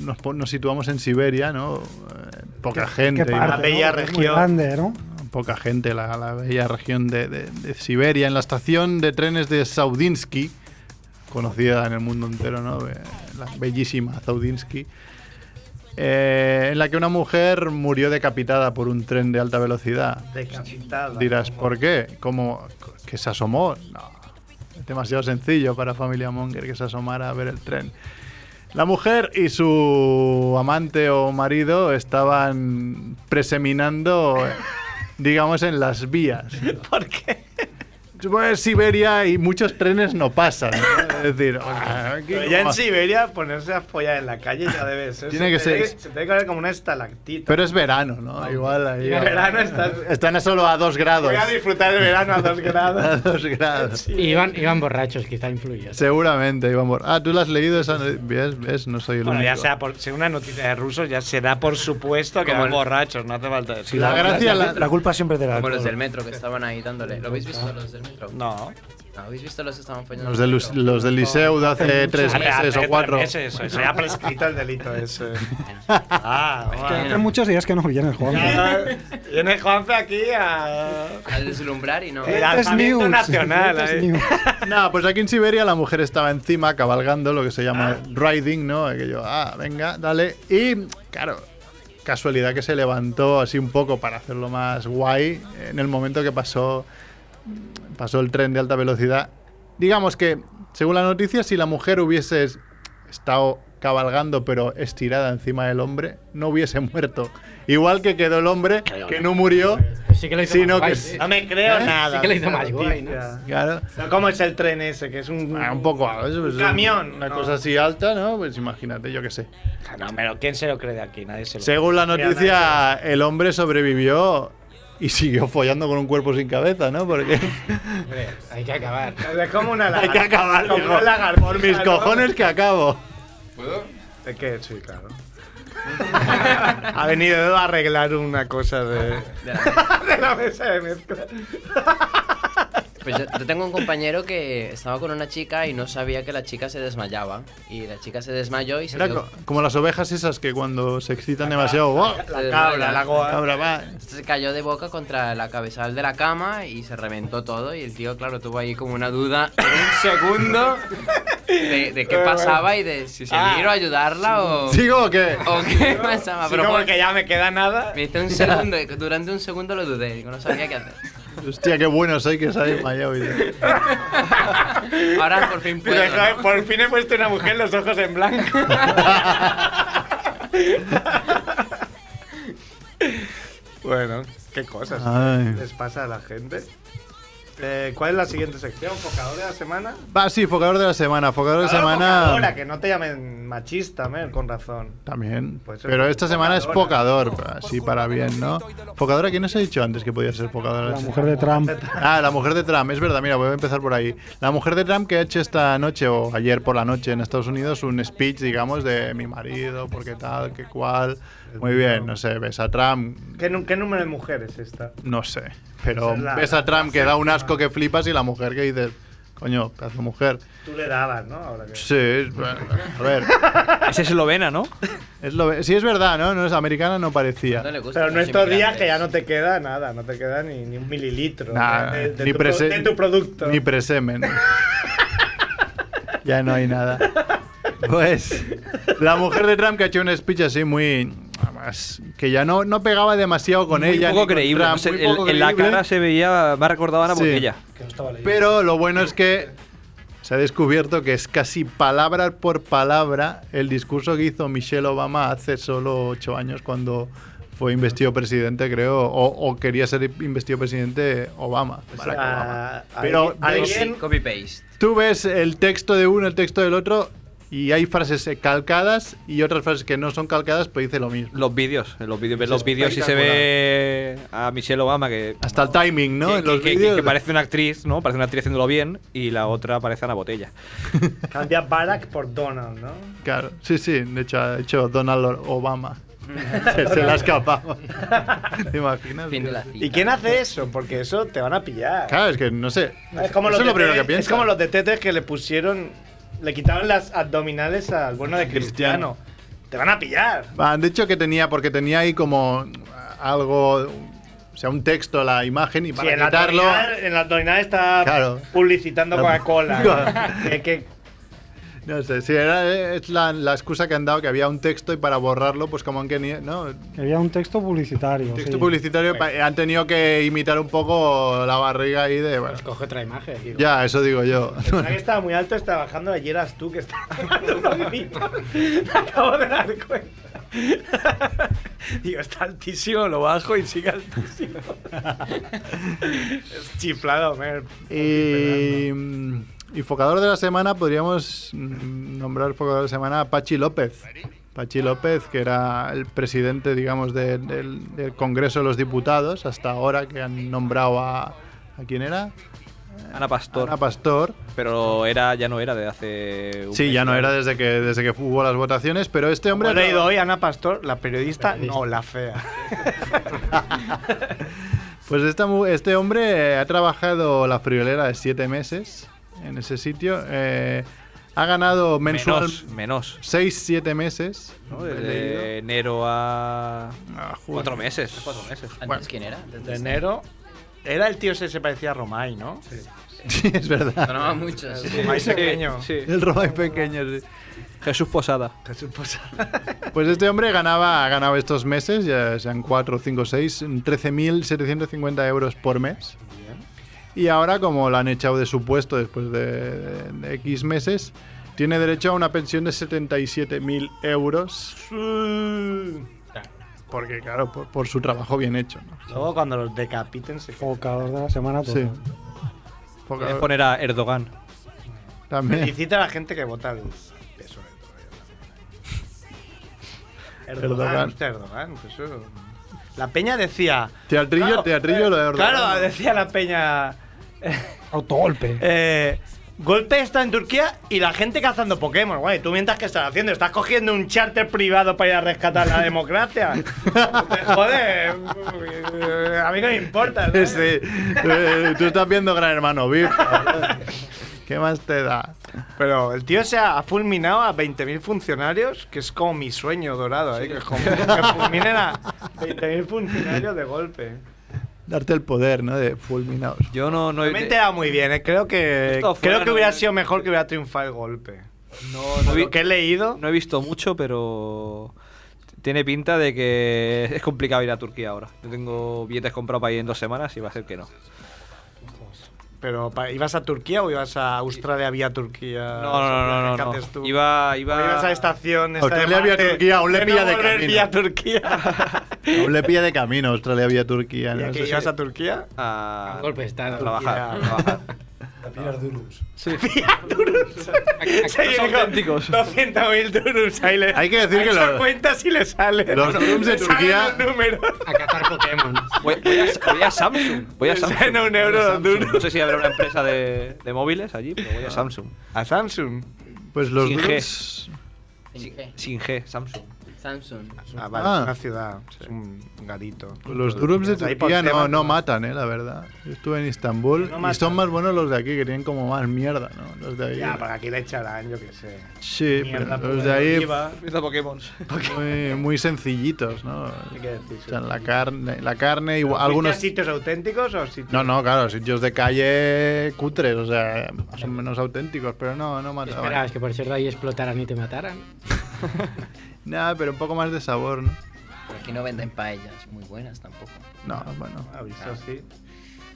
Nos, pon- nos situamos en Siberia, ¿no? Eh, Poca gente. ¿Qué y parte, la bella no? Porque es región. Muy grande, ¿no? poca gente, la, la bella región de, de- de Siberia, en la estación de trenes de Saudinsky, conocida en el mundo entero, ¿no? Eh, La bellísima Saudinsky, eh, en la que una mujer murió decapitada por un tren de alta velocidad. Decapitada. Dirás, ¿por qué? ¿Cómo? ¿Que se asomó? No. Es demasiado sencillo para familia Monger que se asomara a ver el tren. La mujer y su amante o marido estaban preseminando, eh, digamos, en las vías. ¿Por qué? Pues Siberia y muchos trenes no pasan. ¿no? Es decir, ah, aquí Pero ya en como- Siberia, ponerse a follar en la calle ya debe ser. Tiene se que te ser- debe- Se tiene que ver como una estalactita. Pero es verano, ¿no? Igual ahí. En verano estás. Están solo a dos grados. Voy a disfrutar el verano a dos A grados. dos grados. Iban, iban borrachos, quizá influía. Seguramente, Iván Bor- Ah, tú la has leído esa. no- ¿Ves? ¿Ves? No soy el Bueno, único. ya sea por según una noticia de rusos, ya se da por supuesto que eran borrachos, no hace falta decir. La gracia, la- culpa siempre es de la. Como los del metro que estaban ahí dándole. ¿Lo habéis visto los del metro? No. ¿Habéis visto los que estaban follando? Los del, Lus- los del Liceu de hace tres Hace- hace meses o cuatro. tres meses, Ah, eso, eso ya ha prescrito el delito ese. Ah, Hace bueno. muchos días que no vienes, Juan. Viene Juanfe aquí a. Al deslumbrar y no. El alzamiento nacional. eh. ahí. No, pues aquí en Siberia la mujer estaba encima cabalgando, lo que se llama riding, ¿no? Aquello, ah, venga, dale. Y, claro, casualidad que se levantó así un poco para hacerlo más guay en el momento que pasó, pasó el tren de alta velocidad. Digamos que, según la noticia, si la mujer hubiese es- estado cabalgando pero estirada encima del hombre, no hubiese muerto. Igual que quedó el hombre, que no murió, Sí que lo hizo sino más que... guay, s- sí. No me creo ¿Eh? nada. Sí que le hizo esa más guay, ¿no? noticia. Claro. No, ¿Cómo es el tren ese? Que es un. Ah, un poco algo, eso es un- camión, Una ¿no? cosa así alta, ¿no? Pues imagínate, yo qué sé. Ah, No, pero ¿quién se lo cree de aquí? Nadie se lo Según la Mira, noticia, el hombre sobrevivió y siguió follando con un cuerpo sin cabeza, ¿no? Porque Hombre, hay que acabar. Es como una hay que acabar Como dijo, una lagartija, por mis ¿no? cojones que acabo. ¿Puedo? Es que sí, claro. ha venido a arreglar una cosa de, De la- de la mesa de mezcla. Pues yo, yo tengo un compañero que estaba con una chica y no sabía que la chica se desmayaba. Y la chica se desmayó y se Era quedó- co- como las ovejas esas que cuando se excitan demasiado, ¡guau! se desmaya. Cabra, va. Se cayó de boca contra la cabezal de la cama y se reventó todo. Y el tío, claro, tuvo ahí como una duda en un segundo de, de qué pasaba y de si salir o ayudarla o, ¿Sigo o qué? o qué pasaba. Ah. Sí, Pero como bueno, que ya me queda nada. me hice un segundo, durante un segundo lo dudé, digo, no sabía qué hacer. Hostia, qué bueno soy que se ha desmayado. y- Ahora por fin Pero, puedo. joder, ¿no? Por fin he puesto una mujer los ojos en blanco. bueno, qué cosas Ay. les pasa a la gente. Eh, ¿Cuál es la siguiente sección? ¿Focador de la semana? Va, sí, focador de la semana. Focador de la Ahora, semana. que no te llamen machista, Mer, con razón. También. Pues Pero es esta semana es focadora. focador. Así para bien, ¿no? Focadora, ¿quién os he dicho antes que podía ser focadora? La mujer de Trump. Ah, la mujer de Trump, es verdad, mira, voy a empezar por ahí. La mujer de Trump que ha hecho esta noche o ayer por la noche en Estados Unidos un speech, digamos, de mi marido, porque tal, que cual. Muy bien, no sé, ves a Trump, ¿Qué, nu- qué número de mujeres esta? no sé, pero Esa es la- ves a Trump que da un asco que flipas y la mujer que dices, coño, pedazo de mujer. Tú le dabas, ¿no? Ahora que... Sí, es- bueno, a ver, Ese es eslovena, ¿no? es lo, sí es verdad, ¿no? No es americana, no parecía. No le gustan Pero en los estos días inmigrantes. que ya no te queda nada, no te queda ni, ni un mililitro Nah, de, de ni tu pro- prese- de tu producto. Ni presemen. ya no hay nada. Pues la mujer de Trump que ha hecho un speech así muy... Además, que ya no, no pegaba demasiado con Muy ella. poco ni con creíble. Trump, no sé, muy el- poco en la creíble. cara se veía, me ha recordado a Ana Sí. Botella. Que no estaba leyendo. Pero lo bueno es que se ha descubierto que es casi palabra por palabra el discurso que hizo Michelle Obama hace solo ocho años cuando fue investido presidente, creo, o, o quería ser investido presidente Obama. Barack Obama. Ah, ahí- Pero- ahí pero- bien- Copy paste. Tú ves el texto de uno, el texto del otro, y hay frases eh, calcadas y otras frases que no son calcadas, pero dice lo mismo. Los vídeos, en los vídeos, ves Es los vídeos y se ve a Michelle Obama que, Hasta el timing, ¿no? que- en los que- que- vídeos. que parece una actriz, ¿no? Parece una actriz haciéndolo bien y la otra parece Ana Botella. Cambia Barack por Donald, ¿no? Claro, sí, sí, de hecho ha hecho Donald Obama. Mm. se, se la ha escapado. ¿Te imaginas? Fin de la ¿Y cita. quién hace eso? Porque eso te van a pillar. Claro, es que no sé. Es como, Eso los es lo primero que tetes- pienso. es como los de tetes que le pusieron, le quitaron las abdominales al bueno de Cristiano. Te van a pillar. Han dicho Ah, que tenía, porque tenía ahí como algo, o sea, un texto, la imagen, y Sí, para en, la eh. quitarlo. abdominal, en la abdominal está Claro. publicitando La- Coca-Cola. ¿no? que, que- No sé, sí, era, es la, la excusa que han dado que había un texto y para borrarlo, pues como han querido. ¿no? Que había un texto publicitario. Texto sí. publicitario, pa- han tenido que imitar un poco la barriga ahí de. Bueno, Pues coge otra imagen. digo. ya, eso digo yo. La que estaba muy alto está bajando, ayer eras tú que estabas bajando un poquito. Me acabo de dar cuenta. Digo, está altísimo, lo bajo y sigue altísimo. es chiflado, Mer. Y, mm, y focador de la semana podríamos mm, nombrar focador de la semana a Pachi López. Pachi López, que era el presidente, digamos, de- del, del Congreso de los Diputados, hasta ahora que han nombrado a... ¿A quién era? Ana Pastor. A Pastor. Pero era, ya no era de hace. un Sí, mes, ya no ¿no? era desde que, desde que hubo las votaciones, pero este hombre... Pues Hombre, he leído hoy Ana Pastor, la periodista, no la fea. Pues esta mu- este hombre eh, ha trabajado la friolera de siete meses en ese sitio. eh, ha ganado mensual Menos, menos. 6-7 meses. ¿no? He leído. Desde enero a. Ah, joder. Cuatro meses. Cuatro meses. ¿Antes quién era? Antes De este. enero. Era el tío ese que se parecía a Romay, ¿no? Sí, es verdad. Sonaba mucho. sí. Romay pequeño. Sí. El Romay pequeño, sí. Jesús Posada. Jesús Posada. Pues este hombre ganaba, ha ganado estos meses, ya sean 4, 5, 6, 13.750 euros por mes. Y ahora, como lo han echado de su puesto después de, de- de X meses, tiene derecho a una pensión de 77.000 euros. Porque, claro, por, por su trabajo bien hecho. ¿no? Luego cuando los decapiten se Focador de la semana toda. Sí. Puedes Porque- poner a Erdogan. También. Felicita a la gente que vota al PSOE. Erdogan. E Erdogan, hostia, Erdogan, pues eso. La peña decía. Teatrillo, claro, teatrillo eh, lo de Erdogan. Claro, decía la peña. Autogolpe. Eh, golpe está en Turquía y la gente cazando Pokémon. Guay, ¿tú mientras qué estás haciendo? ¿Estás cogiendo un charter privado para ir a rescatar la democracia? Joder, eh, a mí no me importa. ¿no? Sí. Eh, Tú estás viendo Gran Hermano VIP. ¿Qué más te da? Pero el tío se ha ha fulminado a 20.000 funcionarios, que es como mi sueño dorado, ¿eh? que, es como- que fulminen a 20.000 funcionarios de golpe. Darte el poder, ¿no? De fulminados. Yo no, no, he, Me he enterado muy bien, ¿eh? creo que Esto fuera, creo que hubiera ¿no? sido mejor que hubiera triunfado el golpe. no- no Por vi- lo que he leído, no he visto mucho, pero tiene pinta de que es complicado ir a Turquía ahora. Yo tengo billetes comprados para ir en dos semanas y va a ser que no. pero pa- ¿ibas a Turquía o ibas a Australia vía Turquía? No, no, no, no. Ah, ¿Qué no, haces tú? Iba, ¿O iba... ibas a la estación esta de Australia vía Marte, Turquía, aún le de pilla no de volver camino. vía Turquía. Aún le pilla de camino Australia vía Turquía. ¿Y ¿no? a qué Eso sí. ibas a Turquía? a- Un golpe de estado. a trabajar. a Turquía. trabajar. Sí. Se son llegó auténticos. 200.000 turums. Ahí le, Hay que decir ahí que se los- cuenta si le sale. los turums de Le salen Turquía- los números. A cazar Pokémon. Voy, voy a, voy a Samsung. Voy a Le Samsung. salen un euro Voy a los Samsung. duros. No sé si habrá una empresa de, de móviles allí, pero voy a Samsung. A Samsung. Pues los Sin G. duros. Sí, ¿qué? Sin G, Samsung. Samsung. Ah, vale, Ah. es una ciudad. Es un garito. Los durums de Ahí por Turquía no, tema- no matan, eh, la verdad. Yo estuve en Istambul No y matan. son más buenos los de aquí, que tienen como más mierda, ¿no? Los de ahí. Ya, para aquí le echarán, yo qué sé. Sí, pero Mierda, pues los de puta, ahí oliva. Empieza Pokémon. muy, muy sencillitos, ¿no? Hay que decir, sí. Echan la carne, la carne igual, ¿Fuiste a algunos sitios auténticos o sitios? No, no, claro, sitios de calle cutres, o sea, más o menos auténticos, pero no, no mataban. Espera, es que por ser de ahí explotaran y te mataran. Nada, pero un poco más de sabor, ¿no? Por aquí no venden paellas muy buenas tampoco. No, bueno, Aviso, sí.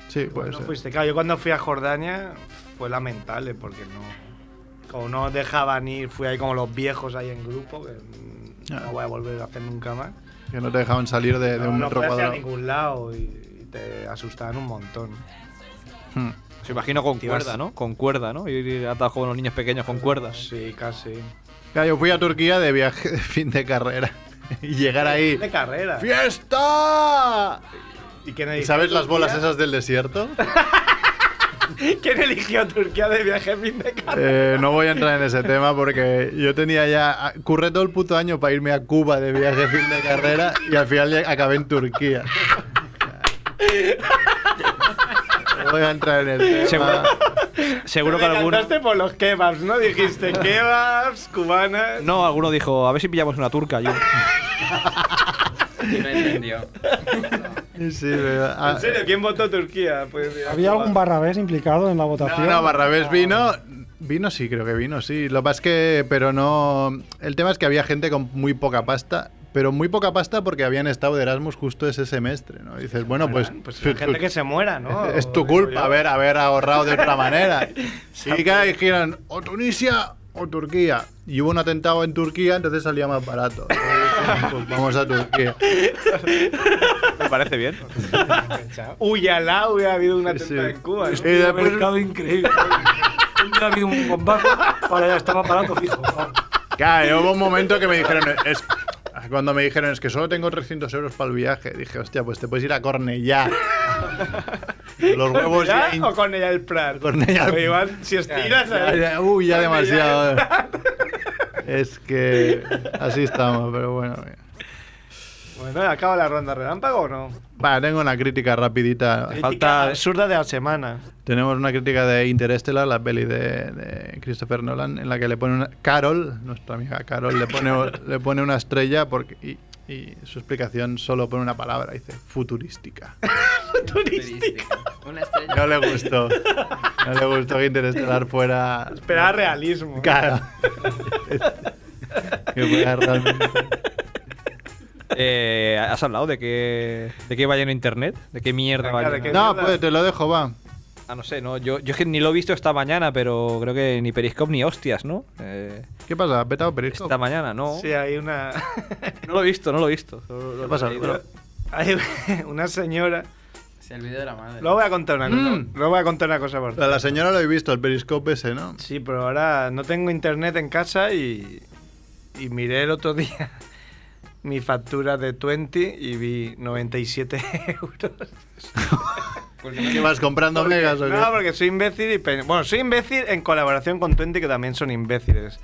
sí, puede Ah, No ser. fuiste. Claro, yo cuando fui a Jordania fue lamentable porque no. Como no dejaban ir, fui ahí como los viejos ahí en grupo, que mm, Ah. no voy a volver a hacer nunca más. Que no te dejaban salir de, de No, un no metro podías ir a cuadrado. ningún lado y, y te asustaban un montón. Hmm. Se imagino con Te ibas- cuerda, ¿no? Con cuerda, ¿no? Ir atado con los niños pequeños con cuerdas. Sí, casi. Claro, yo fui a Turquía de viaje de fin de carrera y llegar ahí. De carrera. ¡Fiesta! ¿Y quién ¿Y eligió sabes las bolas Turquía? esas del desierto? ¿Quién eligió Turquía de viaje fin de carrera? Eh, no voy a entrar en ese tema porque yo tenía ya. ah, Curré todo el puto año para irme a Cuba de viaje de fin de carrera y al final ya acabé en Turquía. No voy a entrar en el tema. Seguro- Seguro que Te alguno. decantaste por los kebabs, ¿no? Dijiste kebabs, cubanas. No, alguno dijo, a ver si pillamos una turca. Yo, Y no entendió. Sí, pero- ah, ¿En serio? ¿Quién votó Turquía? Pues, mira, ¿Había algún kebabs. barrabés implicado en la votación? No, Barrabés vino. Vino sí, creo que vino, sí. Lo que pasa es que, pero no... El tema es que había gente con muy poca pasta, pero muy poca pasta porque habían estado de Erasmus justo ese semestre, ¿no? Y dices, bueno, pues... Pues la gente que se muera, ¿no? Es tu Digo culpa yo. haber, haber ahorrado de otra manera. y claro, dijeron, o Tunisia o Turquía. Y hubo un atentado en Turquía, entonces salía más barato. Y dijeron, "Pues vamos a Turquía. me parece bien. Uyala hubiera habido una Sí. atentado en Cuba. ¿no? Y después- increíble. Un día ha habido un bombazo, ahora ya estaba barato fijo. Claro, hubo un momento que me dijeron, es- cuando me dijeron, es que solo tengo 300 euros para el viaje, dije, hostia, pues te puedes ir a Cornellá. Los huevos ¿Ya? ya. hin- ¿O con ella el Prat? Con ella el- Oye, Iván, si estiras... ya, ¿eh? ya, uy, ya Cornellá demasiado. Es que así estamos, pero bueno. mira. Bueno, ¿acaba la ronda relámpago o no? Va, tengo una crítica rapidita. Crítica Falta- absurda de la semana. Tenemos una crítica de Interstellar, la peli de, de Christopher Nolan, en la que le pone una. Carol, nuestra amiga Carol, le pone, le pone una estrella porque, y, y su explicación solo pone una palabra: dice futurística. Una estrella. No le gustó. No le gustó que Interestelar fuera. Esperaba realismo. Claro. que fuera realmente. Eh, ¿Has hablado de qué, de qué va lleno internet? ¿De qué mierda va Claro, lleno? que- No, pues te lo dejo, va. Ah, no sé, no, yo, yo es que ni lo he visto esta mañana, pero creo que ni Periscope ni hostias, ¿no? Eh, ¿Qué pasa? ¿Ha petado Periscope? esta mañana, no. Sí, hay una. No lo he visto, no lo he visto. Solo lo he pasa? leído. hay una señora. Se olvidó de la madre. Luego voy a contar una cosa. Mm. Luego voy a contar una cosa por La, la señora lo he visto, el Periscope ese, ¿no? Sí, pero ahora Ah, no tengo internet en casa y, y miré el otro día mi factura de 20 y vi 97 euros. Pues ¿Qué vas comprando megas o qué? No, porque soy imbécil y... pe- Bueno, soy imbécil en colaboración con 20 que también son imbéciles.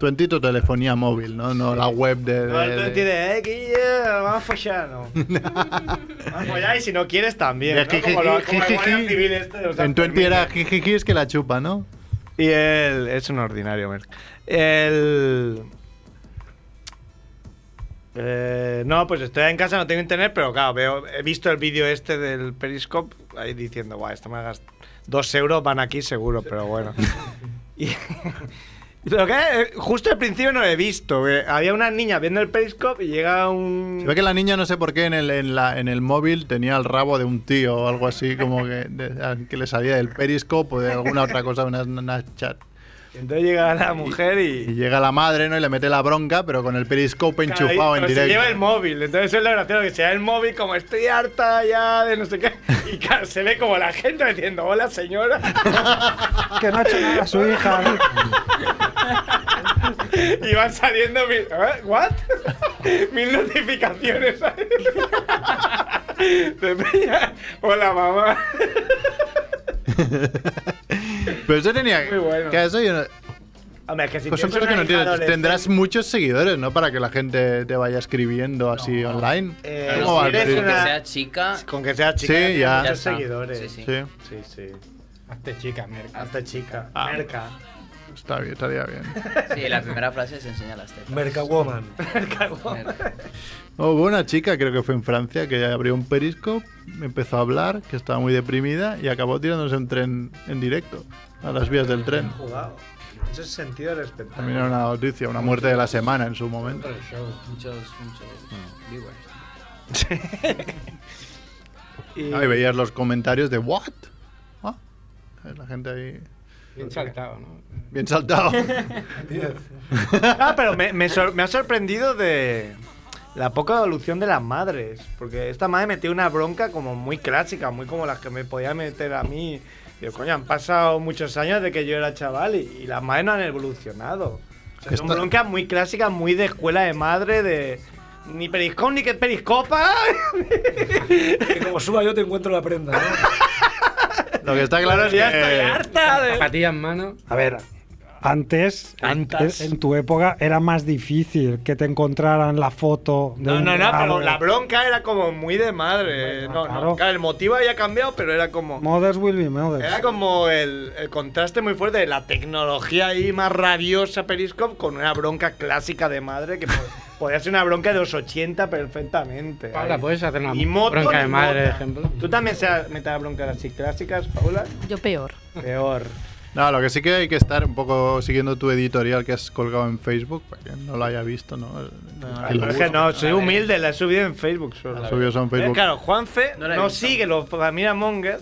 Tu entito telefonía móvil, ¿no? No la web de. No, de- el 20 de- de, eh, Guille, vamos a follar, ¿no. Vamos a follar y si no quieres también, De ¿no? jiji, Como lo- como el jiji. guardia civil este de los En 20 era Sanfermines. jijiji, es que la chupa, ¿no? Y él es un ordinario, Merck. El. Eh, no, pues estoy en casa, no tengo internet, pero claro, veo, he visto el vídeo este del Periscope ahí diciendo, guau, esto me gast... Dos euros van aquí seguro, pero bueno. y, lo que eh, justo al principio no lo he visto. que había una niña viendo el Periscope y llega un. Se ve que la niña, no sé por qué, en el, en la, en el móvil tenía el rabo de un tío o algo así, como que, de- al que le salía del Periscope o de alguna otra cosa, de una Snapchat. Entonces llega la mujer Y y. llega la madre, ¿no? Y le mete la bronca, pero con el Periscope enchufado Claro, y- en pero Se lleva el directo. móvil, entonces es lo gracioso que se lleva el móvil como estoy harta ya de no sé qué. Y claro, se ve como la gente diciendo, hola señora. Que no ha hecho nada a su hija. y van saliendo mil... ¿eh? ¿What? mil notificaciones. De peña, hola mamá. Pero eso tenía. Muy bueno. que eso yo no- Hombre, es que si pues son tienes cosas que una no hija tienes. Tendrás muchos seguidores, ¿no? Para que la gente te vaya escribiendo así online. Eh, Pero ¿Cómo va si el eres que Periscope? una- sea chica. Con que sea chica. Sí, tienes ya. muchos Ya está. seguidores. Sí, sí. Sí, sí. sí. Hazte chica, merca. Hasta chica. Ah. Merca. está bien, estaría bien. Sí, la primera frase se enseña las tetas. Mercawoman. Oh, hubo una chica, creo que fue en Francia, que abrió un periscope, empezó a hablar, que estaba muy deprimida y acabó tirándose un tren en directo a las vías del tren. Jugado. Eso es sentido de respetar. También era una noticia, una muerte de la semana en su momento. Muchos, muchos Mm. viewers. Y- Ahí Ah, veías los comentarios de ¿What? Ah, La gente ahí Bien saltado, ¿no? bien saltado. Ah, pero me, me sor- me ha sorprendido de la poca evolución de las madres. Porque esta madre metió una bronca como muy clásica, muy como las que me podía meter a mí. Digo, coño, han pasado muchos años de que yo era chaval y, y las madres no han evolucionado. O sea, son Esta- broncas muy clásicas, muy de escuela de madre, de. Ni periscón ni que periscopa. Que como suba yo te encuentro la prenda, ¿no? Lo que está claro es ya estoy que harta de. Zapatilla en mano. A ver, antes, antes, en tu época era más difícil que te encontraran la foto de No, un no, no, pero rabo. la bronca era como muy de madre. No, no, claro. claro, el motivo había cambiado, pero era como. Mothers will be mothers. Era como el, el contraste muy fuerte de la tecnología ahí más rabiosa Periscope con una bronca clásica de madre que po- podía ser una bronca de los 80 perfectamente. Paula, Ahí. ¿puedes hacer una Y moto, bronca de ni madre, de mota. ejemplo? ¿Tú también sabes meter broncas así clásicas, Paula? Yo peor. Peor. no, lo que sí que hay que estar un poco siguiendo tu editorial que has colgado en Facebook, para quien no lo haya visto, ¿no? Que lo Jorge, no, soy humilde, la he subido en Facebook solo. has subido en Eh, Facebook. claro, Juanfe No no, la he visto. sigue los familia Monger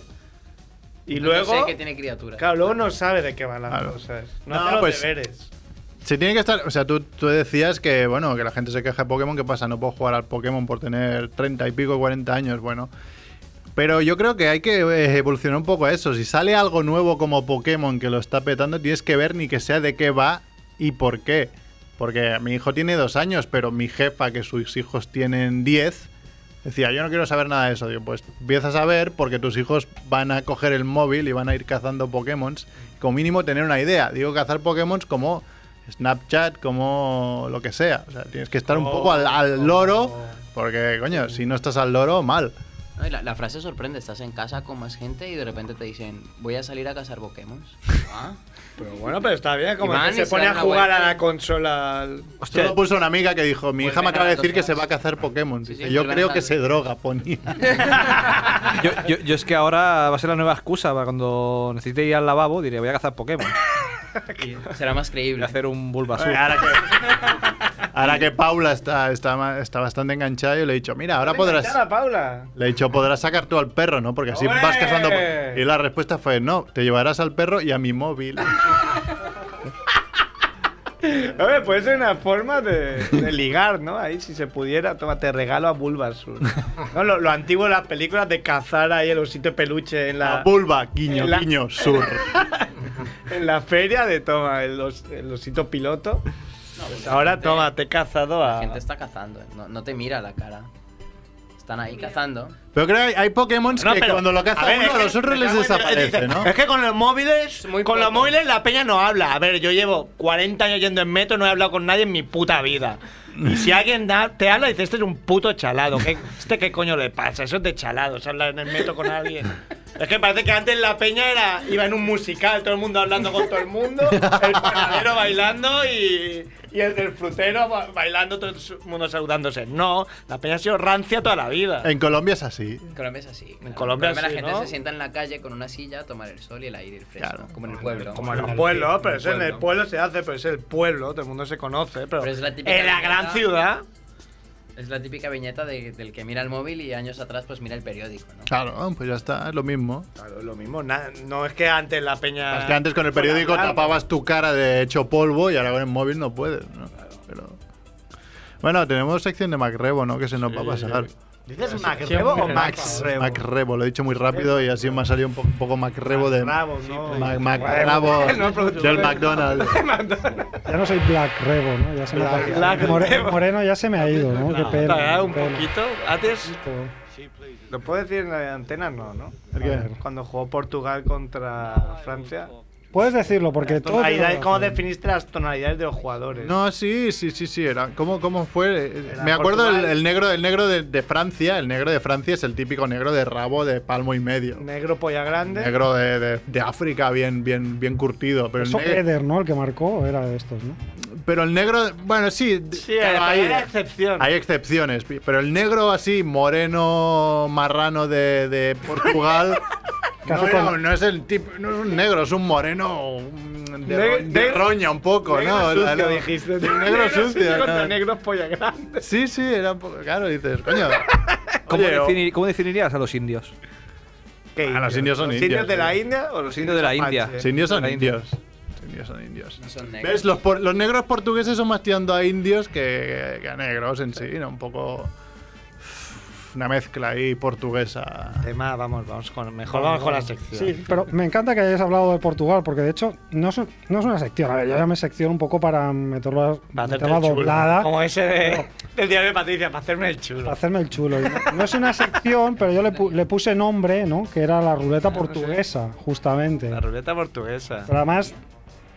y Yo luego, sé que tiene criaturas. claro, luego no sabe de qué van las Claro. cosas. No, No, hace los pues- deberes. Se tiene que estar, o sea, tú, tú decías que, bueno, que la gente se queja de Pokémon, ¿qué pasa? No puedo jugar al Pokémon por tener 30 y pico, 40 años, bueno. Pero yo creo que hay que eh, evolucionar un poco eso. Si sale algo nuevo como Pokémon que lo está petando, tienes que ver ni que sea de qué va y por qué. Porque mi hijo tiene dos años, pero mi jefa, que sus hijos tienen 10, decía, yo no quiero saber nada de eso. Digo, pues empiezas a ver porque tus hijos van a coger el móvil y van a ir cazando Pokémon. Como mínimo tener una idea. Digo, cazar Pokémon como Snapchat, como lo que sea. O sea, tienes que estar un poco al, al loro Porque, coño, si no estás al loro, mal. No, y la, la frase sorprende, estás en casa con más gente y de repente te dicen, voy a salir a cazar Pokémon. Ah, Pero bueno, pero está bien, como Y van que y se se pone a dan la jugar a vuelta. la consola. al- Hostia, lo puso una amiga que dijo, mi hija Vuelven me a acaba de las decir que dos se horas. va a cazar Pokémon. Sí, Dice, sí, yo vuelven creo a que las- se droga, ponía. Yo, yo- yo es que ahora va a ser la nueva excusa para cuando necesite ir al lavabo, diré, voy a cazar Pokémon. será más Voy creíble. a hacer un Bulbasur. Ahora que, ahora que Paula está, está, ma- está bastante enganchada, yo le he dicho, mira, ahora podrás... Enganchada, Paula. Le he dicho, podrás sacar tú al perro, ¿no? Porque así ¡Olé! vas cazando. po- Y la respuesta fue, no, te llevarás al perro y a mi móvil. A ver, puede ser una forma de, de ligar, ¿no? Ahí, si se pudiera, toma, te regalo a Bulbasur. No, lo, lo antiguo de las películas de cazar ahí el osito de peluche en La la, vulva, guiño, La- guiño, sur. en la feria, de toma, el, os- el osito piloto. Pues ahora, toma, te he cazado La a. gente está cazando, eh, no, no te mira la cara. Están ahí cazando. Pero creo que hay, hay Pokémon No, que pero- cuando lo a caza ver, uno, es a que- los otros me les cago en- desaparece, dice, ¿no? Es que con los móviles, muy con los poco. móviles la peña no habla. A ver, yo llevo 40 años yendo en metro, no he hablado con nadie en mi puta vida. Y si alguien da- te habla, dice, este es un puto chalado. ¿qué- ¿Este qué coño le pasa? Eso es de chalados, hablar en el metro con alguien. Es que parece que antes la peña era, iba en un musical, todo el mundo hablando con todo el mundo, el panadero bailando y, y el del frutero ba- bailando, todo el mundo saludándose. No, la peña ha sido rancia toda la vida. En Colombia es así. En Colombia es así. claro. Colombia la sí, gente ¿no? se sienta en la calle con una silla a tomar el sol y el aire y el fresco, Claro. como en el pueblo. Como en los pueblos, pero eso en el pueblo se hace, pero es el pueblo, todo el mundo se conoce, pero, Pero es la típica en la gran viñeta. ciudad. Es la típica viñeta de- del que mira el móvil y años atrás pues mira el periódico, ¿no? Claro, pues ya está, es lo mismo. Claro, es lo mismo, na- no es que antes la peña. Es que antes con el periódico Claro. tapabas tu cara de hecho polvo y ahora con el móvil no puedes, ¿no? Pero... Bueno, tenemos sección de Macrebo, ¿no? Que se nos va a pasar. ¿Dices Macrebo o Max Rebo? Macrebo, lo he dicho muy rápido y así me ha salido un, po- un poco Macrebo de... Bravo, no. Mac- Macrebo No, productor. del McDonald's. Ya no soy Black Rebo, ¿no? Ya se me Black- ha- Black More- Rebo. Moreno ya se me ha ido, ¿no? Qué pena. Para un qué pena. poquito. Antes. ¿Lo puedo decir en la antena? No, ¿no? qué? Cuando jugó Portugal contra Francia. Puedes decirlo porque todo. Tonalidades- ¿Cómo definiste las tonalidades de los jugadores? No, sí, sí, sí, sí. Era. ¿Cómo, cómo fue? Eh, Era Me acuerdo el, Portugal. el negro, el negro de, de Francia. El negro de Francia es el típico negro de rabo de palmo y medio. Negro polla grande. Negro de, de- de África, bien, bien, bien curtido. Pero el, Eso neg- Eder, ¿no? El que marcó era de estos, ¿no? pero el negro, bueno, sí. d- Sí, claro, pero hay, era excepción. hay excepciones. pi- Pero el negro así, moreno, marrano de, de Portugal. Café No, era con- un- no es el tipo, no es un negro, es un moreno un- de, Neg- ro- de neg- roña un poco, negro ¿no? sucio, La- la- dijiste. Negro, sucio. contra ¿no? negros polla grande. Sí, sí, era un poco. Claro, dices, coño. ¿Cómo, Oye, o- defini- cómo definirías a los indios? ¿Qué Ah, los indios son ¿Los indios, indios de sí. la India o los Los indios de la India. Los indios son La India. indios. Los indios son indios. No son negros. ¿Ves? Los, por- los negros portugueses son más tirando a indios que, que a negros en sí, ¿no? Un poco. Una mezcla ahí portuguesa. Tema, vamos, vamos con, mejor vamos con la sección. Sí, pero me encanta que hayas hablado de Portugal, porque de hecho no es, un- no es una sección. A ver, yo ya me secciono un poco para meterla, Para hacerte meterla el chulo. doblada. Como ese de, del diario de Patricia, para hacerme el Para chulo. hacerme el chulo. No es una sección, pero yo le, pu- le puse nombre, ¿no? Que era la ruleta portuguesa, justamente. La ruleta portuguesa. Pero además,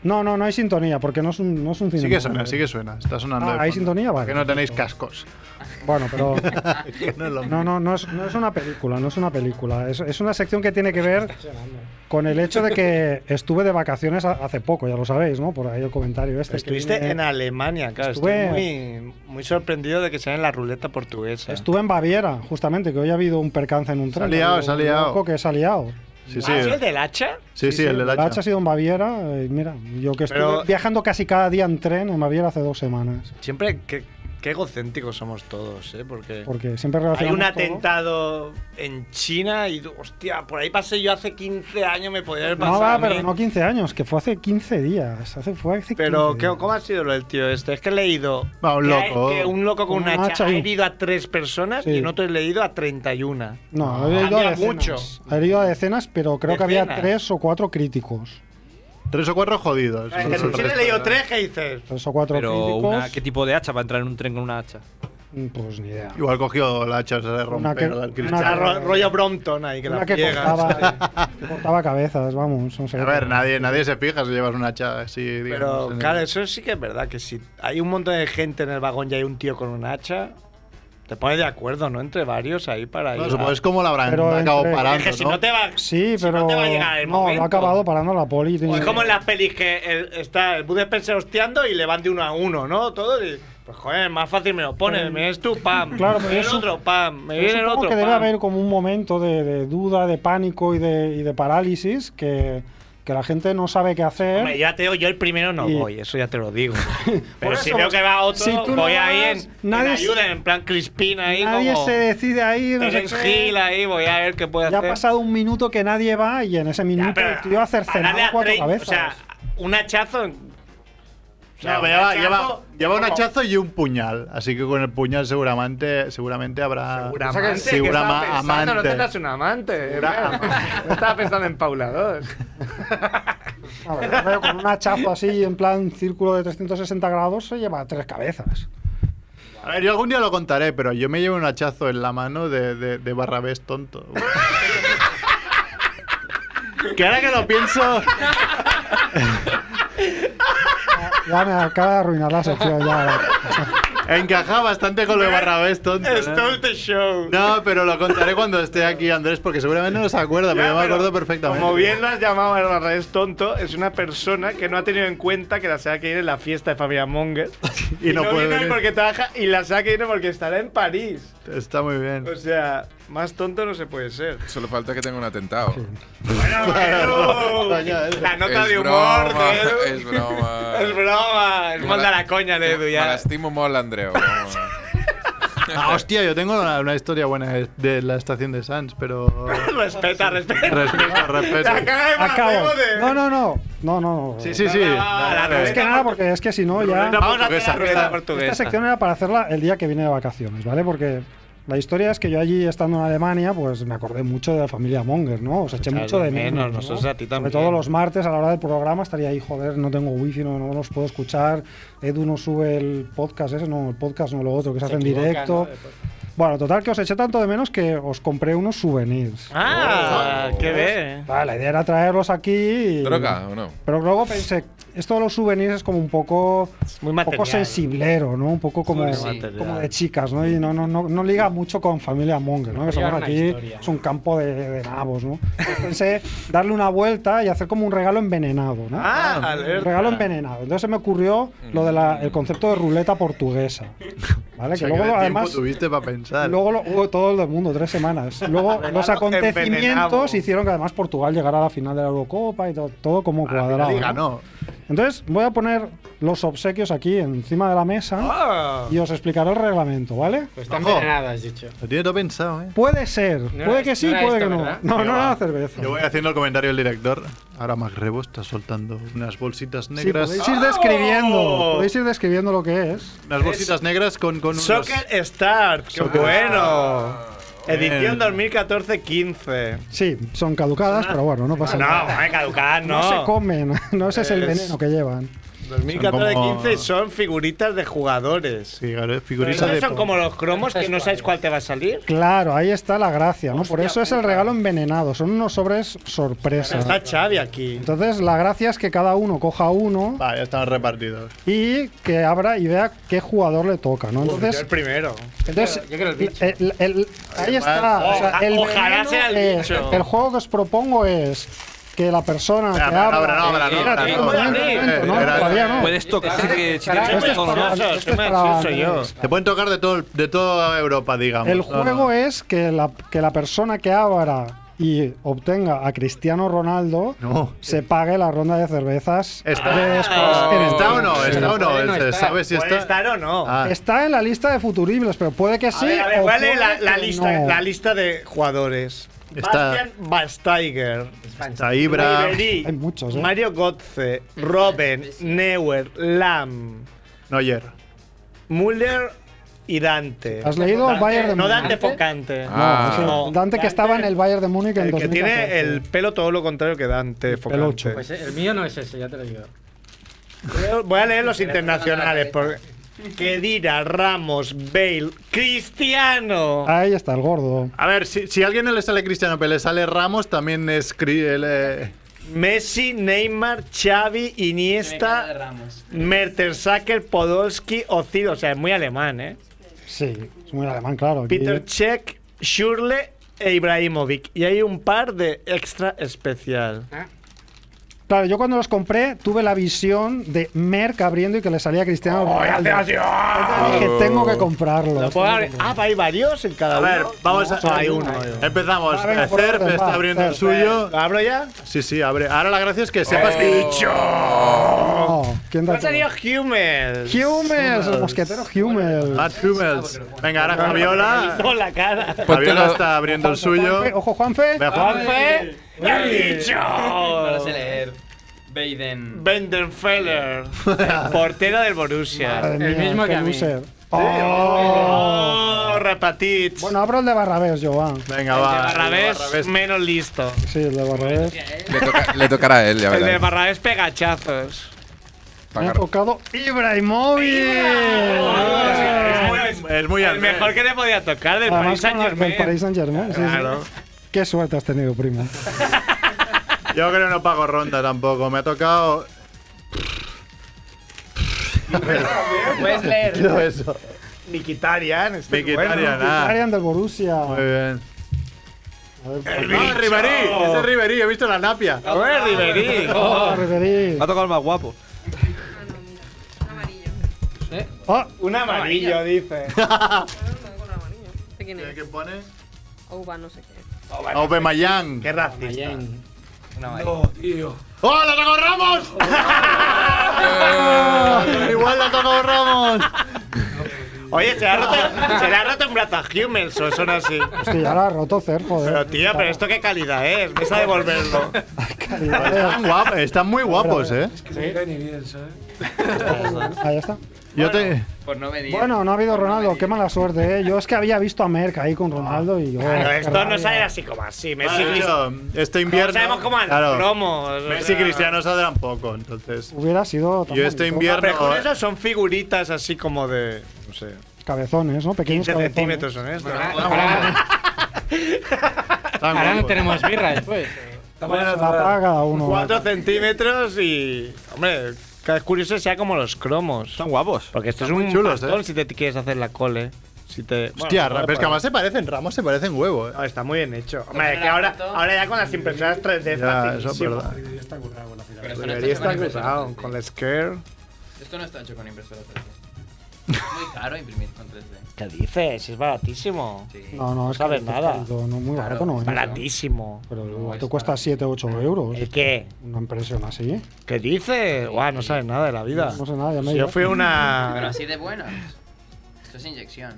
no, no, no hay sintonía, porque no es un, no es un cine. Sí que suena, sí que suena. Está sonando. Ah, de ¿hay fondo. sintonía? Vale, Que no tenéis perfecto. cascos. Bueno, pero Que no es lo mismo. no, no, no es, no es una película, no es una película. Es, es una sección que tiene que ver con el hecho de que estuve de vacaciones a- hace poco, ya lo sabéis, ¿no? Por ahí el comentario este. que Estuviste tiene- en Alemania, claro. Estuve- Estoy muy, muy sorprendido de que sea en la ruleta portuguesa. Estuve en Baviera, justamente, que hoy ha habido un percance en un Se tren. ha liado, Ha habido se ha un liado. loco que se ha liado. Sí, sí. ¿Ah, sí, el del hacha? Sí, sí, el del hacha. hacha. ha sido en Baviera. eh, mira, yo que estuve Pero- viajando casi cada día en tren en Baviera hace dos semanas. Siempre, qué, qué egocéntricos somos todos, ¿eh? Porque Porque siempre hay relacionamos un todo- atentado en China y, hostia, por ahí pasé yo hace 15 años, me podría haber pasado. No, va, a mí. pero no 15 años, que fue hace 15 días. Hace, fue hace 15 Pero, ¿qué- días. ¿cómo ha sido lo del tío este? Es que he leído Va, un que hay- loco. que un loco con Un una hacha hacha ha ahí. herido a tres personas Sí. y no te he leído a 31. No, he ido a Había decenas. mucho. He ido a decenas, pero creo que había Decenas. tres o cuatro críticos. Tres o cuatro jodidos. Es que El si te he resto, leído ¿no? tres, ¿qué dices? Tres o cuatro Pero críticos. una- ¿qué tipo de hacha para entrar en un tren con una hacha? Pues ni idea. Igual cogió el hacha, se le rompió que- el una cristal. O sea, ro- que- rollo Brompton ahí, que Ah, Una la que eh. pliega. cortaba, que cortaba cabezas, vamos. No sé. A ver, nadie, nadie se fija si llevas una hacha así, digamos. Pero, en el- claro, eso sí que es verdad, que si hay un montón de gente en el vagón y hay un tío con un hacha, Te pones de acuerdo, ¿no? Entre varios ahí para ir. Bueno, a- supongo que es como la habrán Pero acabado entre- parando, Es que si ¿no? no te va. Sí, si pero. no te va a llegar el no, lo momento. ha acabado parando la poli. O es tiene- como en las pelis que el- está el Budespen se hosteando y le van de uno a uno, ¿no? Todo y, pues joder, más fácil me lo pones. Me vienes tú, pam. Claro, me pero viene el eso- otro, pam. Me Yo viene el supongo otro, que debe pam. haber como un momento de, de duda, de pánico y de, y de parálisis que, que la gente no sabe qué hacer. Hombre, ya te digo, yo el primero no ¿eh? Y- voy, eso ya te lo digo. Pero Por si eso, veo que va otro, si tú no voy ahí vas, en, nadie en se- ayuda, en plan Crispina ahí nadie como se decide a ir. no sé Terence qué. Hill ahí, voy a ver qué puede Ya ha hacer. pasado un minuto que nadie va y en ese minuto el tío ha cercenado pararle a cuatro trein- cabezas. O sea, un hachazo. en- o sea, No, un pero lleva, hachazo- lleva- lleva un hachazo y un puñal. Así que con el puñal seguramente, seguramente habrá. Segura amante, que segura estaba ma- pensando, No amante. tendrás un amante. Segura ¿verdad? No estaba pensando en Paula 2. A ver, pero con una chapa así en plan círculo de 360 grados se lleva tres cabezas. A ver, yo algún día lo contaré, pero yo me llevo un hachazo en la mano de, de, de Barrabés tonto. que ahora que lo pienso. Ya me acaba de arruinar la sección ya. Encaja bastante con lo de Barrabés tonto. ¿no? Stole the show. No, pero lo contaré cuando esté aquí Andrés, porque seguramente no se acuerda, pero yo me acuerdo perfectamente. Como bien lo has llamado a las redes tonto, es una persona que no ha tenido en cuenta que la se va a ir en la fiesta de familia Monger. Y no puede viene venir. porque trabaja y la se va a ir porque estará en París. Está muy bien. O sea, más tonto no se puede ser. Solo falta que tenga un atentado. La nota Es de humor, broma, de Edu. es broma. Es broma. Es Me más de la- la coña de Edu Me ya. lastimo mol, Andreu. Ah, hostia, yo tengo una, una historia buena de, de la estación de Sans, pero. Respeta, respeta. respeto, respeto. La cara de Acabo. Mancebo de- No, no, no. No, no, no. Sí, sí, sí. Ah, la Es que ruleta nada, porque es que si no ya. Vamos a hacer portuguesa. la ruleta Esta portuguesa. sección era para hacerla el día que vine de vacaciones, ¿vale? Porque la historia es que yo allí estando en Alemania, pues me acordé mucho de la familia Monger, ¿no? Os eché mucho de menos. Pues ¿no? Sobre todo los martes a la hora del programa estaría ahí, joder, no tengo wifi, no, no los puedo escuchar. Edu no sube el podcast ese, no, el podcast no lo otro, que se, hace en directo. Bueno, total que os eché tanto de menos que os compré unos souvenirs. Ah, qué bien. Vale, la idea era traerlos aquí. y- ¿Droga o no? Pero luego pensé, esto de los souvenirs es como un poco Muy un poco sensiblero, ¿no? Un poco como, Sí, sí. como de chicas, ¿no? Y no, no, no, no liga mucho con familia Monger, ¿no? Que llevar somos una aquí, historia. es un campo de, de nabos, ¿no? Entonces pensé darle una vuelta y hacer como un regalo envenenado, ¿no? Ah, Un alerta. regalo envenenado. Entonces se me ocurrió lo del el concepto de ruleta portuguesa. ¿Vale? O sea, que ¿qué luego, tiempo además, tuviste para pensar. Luego lo, hubo todo el mundo, tres semanas. Luego los envenenado. acontecimientos hicieron que además Portugal llegara a la final de la Eurocopa y todo, todo como La cuadrado. liga ¿no? no. Entonces voy a poner los obsequios aquí encima de la mesa y os explicaré el reglamento, ¿vale? Pues está Ojo. envenenada, has dicho. Lo tiene todo pensado, eh. Puede ser, puede era- que sí, no era puede esto, que no. ¿verdad? No, Qué no va. era cerveza. Yo voy haciendo el comentario del director. Ahora Mac Rebo está soltando unas bolsitas Sí, negras. podéis ir describiendo, podéis ir describiendo lo que es. Unas bolsitas negras con, con unos- Soccer Start, qué bueno. Ah, Edición 2014-15. Sí, son caducadas, pero bueno, no pasa Ah, No, nada. venga, caducar, no. No se comen, no ese es el veneno que llevan. 2014-15 son figuritas de jugadores. Sí, claro, Pero figuritas esos de. son como los cromos que no sabes cuál te va a salir. Claro, ahí está la gracia, ¿no? Por eso es el regalo envenenado, son unos sobres sorpresa. Está Xavi aquí. Entonces la gracia es que cada uno coja uno Va, ya están repartidos. y que abra y vea qué jugador le toca, ¿no? Entonces el primero. Entonces, el- el- el- ahí está. Ojalá- o sea, el ojalá veneno sea el es- bicho. el juego que os propongo es que la persona que Espera, habla. espera, no, espera, no, Espérate, espera, no, un momento, espera, un momento, no, espera, todavía no. Puedes tocar que si Caray, tienes Este es razón, para- ¿no? Soy este es yo, para- soy yo. Te pueden tocar de, todo, el- de toda Europa, digamos. El No, no. juego es que la, que la persona que abra y obtenga a Cristiano Ronaldo No. se pague la ronda de cervezas ¿Está, de después en el- ¿Está o no? Sí. ¿Está o no? Puede no ¿Se estar. ¿Sabe si ¿Puede está? estar o no? Ah, Pues Está en la lista de futuribles, pero puede que sí. a ver, a ver, o ¿cuál es la, puede la que lista, no. la lista de jugadores? Está- Bastian Bastiger, está Ibra. Ribery, Hay muchos, ¿eh? Mario Gotze, Robben, Neuer, Lam, Neuer. Müller y Dante. ¿Has leído el Bayern de No Múnich? Dante Focante. No, Ah. ese No, Dante que estaba en el Bayern de Múnich en El que 2014. tiene el pelo todo lo contrario que Dante Focante. pelucho. Pues eh, el mío no es ese, ya te lo digo. Leo- Voy a leer los internacionales. Porque... Kedira, Ramos, Bale, Cristiano. Ahí está el gordo. A ver, si, si a alguien no le sale Cristiano, pero le sale Ramos, también es. cri- el, eh, Messi, Neymar, Xavi, Iniesta, Mertensacker, Podolski, Ozil. O sea, es muy alemán, ¿eh? Sí, es muy alemán, claro. aquí- Peter Check, Schürrle e Ibrahimovic. Y hay un par de extra especial. Claro, yo cuando los compré tuve la visión de Merck abriendo y que le salía Cristiano Ronaldo. Entonces Oh. dije, tengo que comprarlo. ¡Oh, Lo puedo abrir. Ah, hay varios en cada A uno. ver, vamos No, a. hay uno. Empezamos. Va, Ah, venga, por Cerf orden, está va, abriendo el Cerf. Eh, suyo. ¿Lo abro ya? Sí, sí, abre. Ahora la gracia es que sepas que. No, ¿quién Me da ha salido Hummel. Hummels, el mosquetero Hummels. Matt eh, Hummels. Venga, ahora Javiola. Con la cara. Javiola está abriendo el suyo. Juanfe, Ojo, Juanfe. Venga, Juan. Juanfe. ¡Me ha dicho! No lo sé leer. Baden. Bendenfeller. Portero del Borussia. Madre mía, mismo qué que a mí. loser. Oh. Oh, repetit. Bueno, abro el de Barrabés, yo, va. Venga, va. Barrabés menos listo. Sí, el de Barrabés. Le, toca- le tocará a él, ya El de verás. Barrabés pegachazos. Me ha Pagar- tocado Ibrahimovic. Oh. Es muy- Es muy El mejor que te podía tocar del Paris Además, Saint con la- del Paris Germain. Saint Germain. sí, sí. Claro. Qué suerte has tenido, primo. Yo creo que no pago ronda tampoco. Me ha tocado. Puedes leer. Quiero eso. Nikitarian. este Mkhitaryan, ah. Arian del Borussia. Muy bien. A ver, ¡Ah, Ribery! Ese es Ribery, he visto la napia. A ver, Ribery. oh, Ribery. Me ha tocado el más guapo. Ah, no, mira. Un amarillo. Oh, Ah, Un amarillo, dice. Ah, no, con un amarillo. ¿De quién es? ¿Quién pone? Uva, no sé qué. Aubameyang. Qué racista. ¡Oh, la tocó Ramos! Igual la tocó Ramos. Oye, se le ha roto, se le ha roto un brazo a Hummels o son así. sí, ya la ha roto Cer, joder. Pero tío, pero esto qué calidad es. Ves a devolverlo. Están, guap- están muy guapos, eh. Ahí está. Yo te. Pues no venía. Bueno, no ha habido Ronaldo, qué mala suerte, ¿eh? Yo es que había visto a Merck ahí con Ronaldo y yo. Pero qué esto no rabia. sale así como así. Messi Vale, Cristiano. tío, este No invierno. sabemos cómo al Claro, promo. o sea. Messi y Cristiano saldrán poco, entonces. Hubiera sido. tan Yo este bonito. Pero invierno. con eso son figuritas así como de. No sé. Cabezones, ¿no? Pequeños 15 cabezones. centímetros son estos. están Ahora no guapos. tenemos birra después. La paga cada uno. ¿eh? 4 centímetros y. Hombre, que es curioso que sea como los cromos. Son guapos. Porque esto muy es un chulos, pastón eh. si te quieres hacer la cole. Si te. Hostia, bueno, pero es que además se parecen, Ramos se parecen huevo, eh. Ah, está muy bien hecho. Hombre, es que ahora, ahora ya con las impresoras 3D es Ya, eso es facilísimo. verdad. Pero esto no Debería estar está hecho con cruzado impresora con la scare. 3D. Esto no está hecho con impresora 3D. Es muy caro imprimir con 3D. ¿Qué dices? Es baratísimo. Sí. No, no, es No sabes que- nada. No, no, muy barato, no. ¿eh? Baratísimo. Pero No, te es cuesta 7 o 8 euros. ¿El qué? Una impresión así. ¿Qué dices? Guau, no sabes nada de la vida. No sé nada, ya me Yo dirás. fui Pero una. así de buenas. Esto es inyección.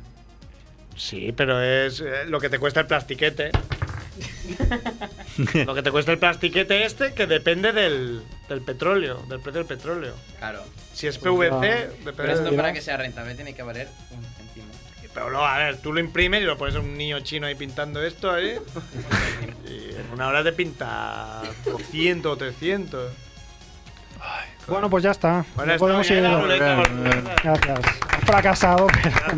Sí, pero es eh, lo que te cuesta el plastiquete. lo que te cuesta el plastiquete este, que depende del, del petróleo, del precio del petróleo. Claro. Si es Pues PVC, depende Pero esto del- para que sea rentable tiene que valer un céntimo. Pero luego, a ver, tú lo imprimes y lo pones a un niño chino ahí pintando esto ahí. y en una hora te pinta 200 o 300. Bueno, pues ya está. Bueno, Ya esto podemos ya ir. era boleta Bien, por- bien. Gracias. Has fracasado, pero.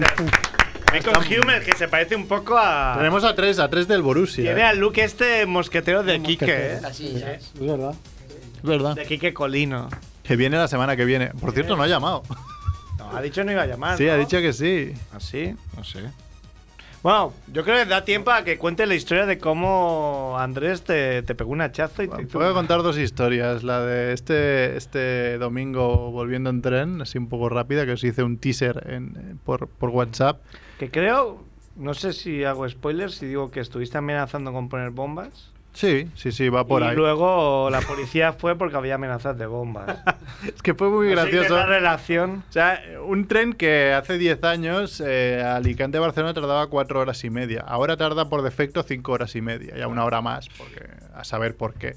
Me con Hummel, que se parece un poco a. Ah. Tenemos a tres, a tres del Borussia. eh. Tiene al look este mosquetero de Quique, ¿eh? mosquetero. Así ya. Es verdad. Es verdad. De Quique Colino. Que viene la semana que viene. Por cierto, no ha llamado. No, ha dicho no iba a llamar. Sí, ha Ah, ¿no? dicho que sí. ¿Así? No sé. Bueno, yo creo que da tiempo a que cuente la historia de cómo Andrés te, te pegó un hachazo y te Bueno, hizo- puedo contar dos historias. La de este, este domingo volviendo en tren, así un poco rápida, que os hice un teaser en- por, por WhatsApp. Que creo, no sé si hago spoilers, si digo que estuviste amenazando con poner bombas. Sí, sí, sí, va por y ahí. luego la policía fue porque había amenazas de bombas. Es que fue muy Así que gracioso. La relación. O sea, un tren que hace 10 años eh, Alicante-Barcelona tardaba 4 horas y media. Ahora tarda por defecto 5 horas y media, ya una hora más, porque a saber por qué.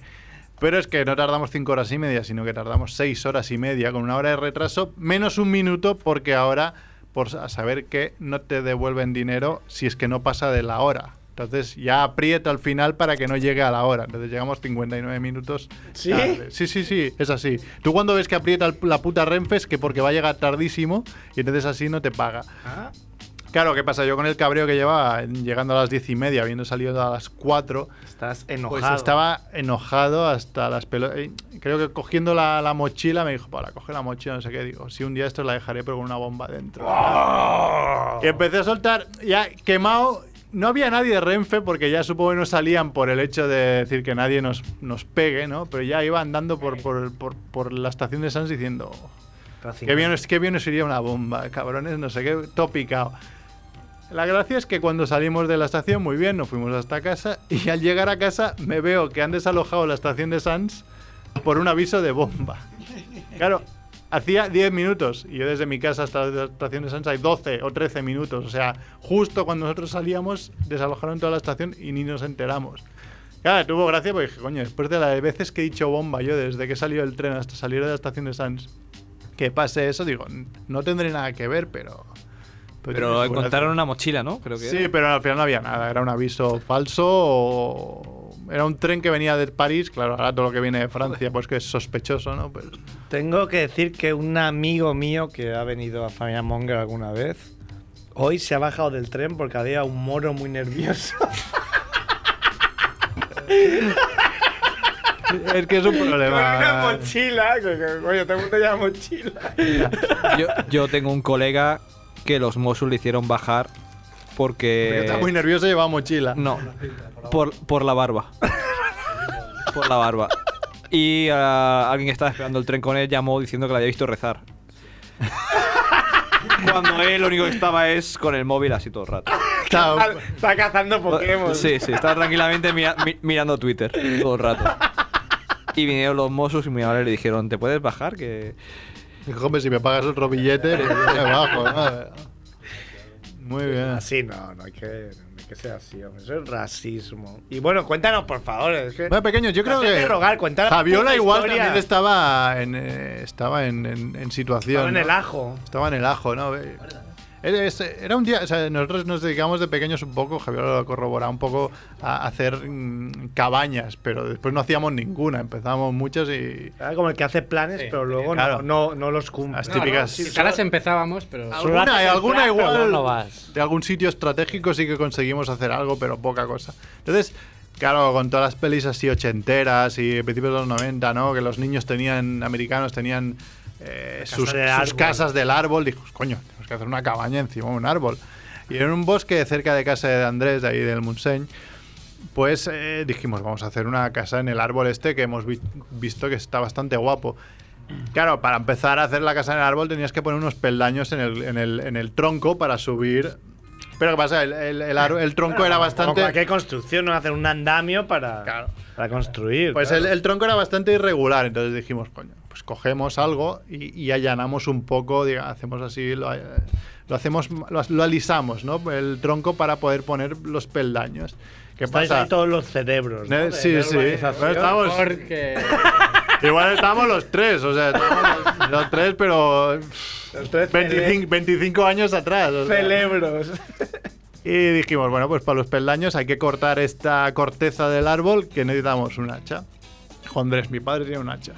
Pero es que no tardamos 5 horas y media, sino que tardamos 6 horas y media, con una hora de retraso, menos un minuto, porque ahora, por a saber que no te devuelven dinero si es que no pasa de la hora. Entonces ya aprieta al final para que no llegue a la hora. Entonces llegamos 59 minutos ¿Sí? tarde. Sí, sí, sí, es así. Tú cuando ves que aprieta el- la puta Renfe es que porque va a llegar tardísimo y entonces así no te paga. Claro, ¿qué pasa? Yo con el cabreo que llevaba llegando a las diez y media, habiendo salido a las 4. Estás Pues enojado. estaba enojado hasta las pelotas. Creo que cogiendo la, la mochila me dijo, para, coge la mochila, no sé qué. Digo, si un día esto la dejaré, pero con una bomba dentro. Y empecé a soltar, ya quemado. No había nadie de Renfe porque ya supongo que no salían por el hecho de decir que nadie nos, nos pegue, ¿no? Pero ya iba andando por, por, por, por la estación de Sans diciendo, Qué bien, os- qué bien os iría una bomba, cabrones, no sé qué, todo picado. La gracia es que cuando salimos de la estación, muy bien, nos fuimos hasta casa y al llegar a casa me veo que han desalojado la estación de Sans por un aviso de bomba. Claro, hacía 10 minutos y yo desde mi casa hasta la estación de Sans hay 12 o 13 minutos. O sea, justo cuando nosotros salíamos, desalojaron toda la estación y ni nos enteramos. Claro, tuvo gracia porque dije, coño, después de las veces que he dicho bomba yo desde que salió el tren hasta salir de la estación de Sans, que pase eso, digo, n- no tendré nada que ver, pero. Pero encontraron una mochila, ¿no? Creo que Sí, era. pero al final no había nada, era un aviso falso o. Era un tren que venía de París, claro, ahora todo lo que viene de Francia, pues que es sospechoso, ¿no? Pues, Pero- Tengo que decir que un amigo mío que ha venido a Familia Monger alguna vez, hoy se ha bajado del tren porque había un moro muy nervioso. es que es un problema. eh, Con una mochila, que- que- coño, todo el mundo lleva mochila. yo, yo tengo un colega que los Mosul le hicieron bajar Pero porque. está muy nervioso y lleva mochila. No, por, por la barba. por la barba. Y ah, alguien que estaba esperando el tren con él llamó diciendo que la había visto rezar. Cuando él lo único que estaba es con el móvil así todo el rato. Está, está cazando Pokémon. Sí, sí, estaba tranquilamente mira- mi- mirando Twitter todo el rato. Y vinieron los Mossos y muy amables le dijeron, ¿te puedes bajar? Que... Dijo, hombre, si me pagas otro billete, pues yo me bajo, ¿no? Muy bien. Así no, no hay que, no hay que ser así, hombre. Eso es racismo. Y bueno, cuéntanos, por favor. Es que Bueno, pues, pequeño, yo creo No te que. de rogar, cuenta la Javiola puta igual historia. también estaba en, eh, estaba en, en- en situación. Estaba en ¿no? el ajo. Estaba en el ajo, ¿no? Eh, es- Era un día, o sea, nosotros nos dedicamos de pequeños un poco, Javier lo corroborará un poco, a hacer mm, cabañas, pero después no hacíamos ninguna, empezamos muchas y... Era como el que hace planes, Sí. pero luego Claro. no, no, no los cumple. Las típicas- Quizá las empezábamos, pero. Alguna, eh, alguna igual No vas. de algún sitio estratégico sí que conseguimos hacer algo, pero poca cosa. Entonces, claro, con todas las pelis así ochenteras y principios de los 90, ¿no? Que los niños tenían, americanos tenían eh, La casa sus, del sus árbol. casas del árbol. Dijimos, coño, tenemos que hacer una cabaña encima de un árbol. Y en un bosque cerca de casa de Andrés, de ahí del Munseny, pues eh, dijimos, vamos a hacer una casa en el árbol este que hemos vi- visto que está bastante guapo. Claro, para empezar a hacer la casa en el árbol tenías que poner unos peldaños en el, en el- en el tronco para subir. Pero ¿qué pasa? El, el- el ar- el tronco Bueno, era como bastante. cualquier construcción, no hacen un andamio para, para construir. Pues claro. el, el tronco era bastante irregular, entonces dijimos, coño, pues cogemos algo y, y allanamos un poco, diga, hacemos así, lo, eh, lo hacemos, lo, lo alisamos, ¿no? El tronco para poder poner los peldaños. ¿Qué Estáis pasa? Pues ahí todos los cerebros. ¿no? Ne- De- sí, de sí. urbanización. Bueno, estamos- Porque. Igual estábamos los tres, o sea, estábamos los, los tres, pero. Los tres 25, 25 años atrás. o sea. Cerebros. Y dijimos, bueno, pues para los peldaños hay que cortar esta corteza del árbol que necesitamos un hacha. Juan Andrés, mi padre tiene un hacha.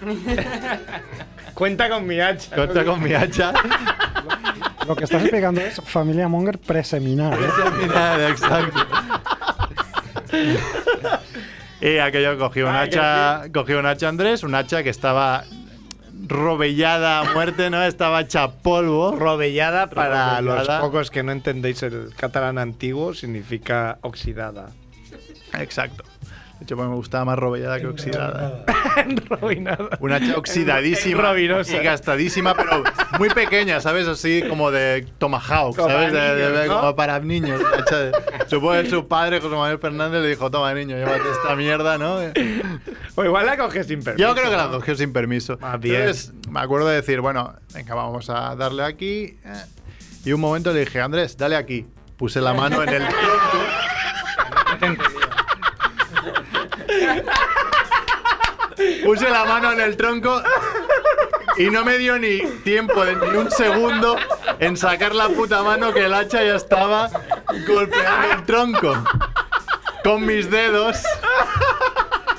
Cuenta con mi hacha. Corta ¿no? con mi hacha. Lo que estás explicando es familia Monger preseminar. ¿eh? Nada, exacto. Y aquello cogió un Ah, que hacha, cogió un hacha Andrés, un hacha que estaba robellada a muerte, ¿no? Estaba hecha polvo. Robellada para Robellada. los pocos que no entendéis el catalán antiguo, significa oxidada. Exacto. De hecho, pues, me gustaba más robellada que oxidada. Enrobinada. Una hacha oxidadísima Enrobinosa. y gastadísima, pero muy pequeña, ¿sabes? Así como de Tomahawk, Como ¿sabes? De- para de- de- niños, ¿no? Como para niños. una hacha de- Supongo que su padre, José Manuel Fernández, le dijo, toma niño, llévate esta mierda, ¿no? O Pues igual la coges sin permiso. Yo creo que la ¿no? cogió sin permiso. Más bien. Entonces, me acuerdo de decir, bueno, venga, vamos a darle aquí. eh, Y un momento le dije, Andrés, dale aquí. Puse la mano en el Puse la mano en el tronco y no me dio ni tiempo, de- ni un segundo en sacar la puta mano que el hacha ya estaba golpeando el tronco. Con mis dedos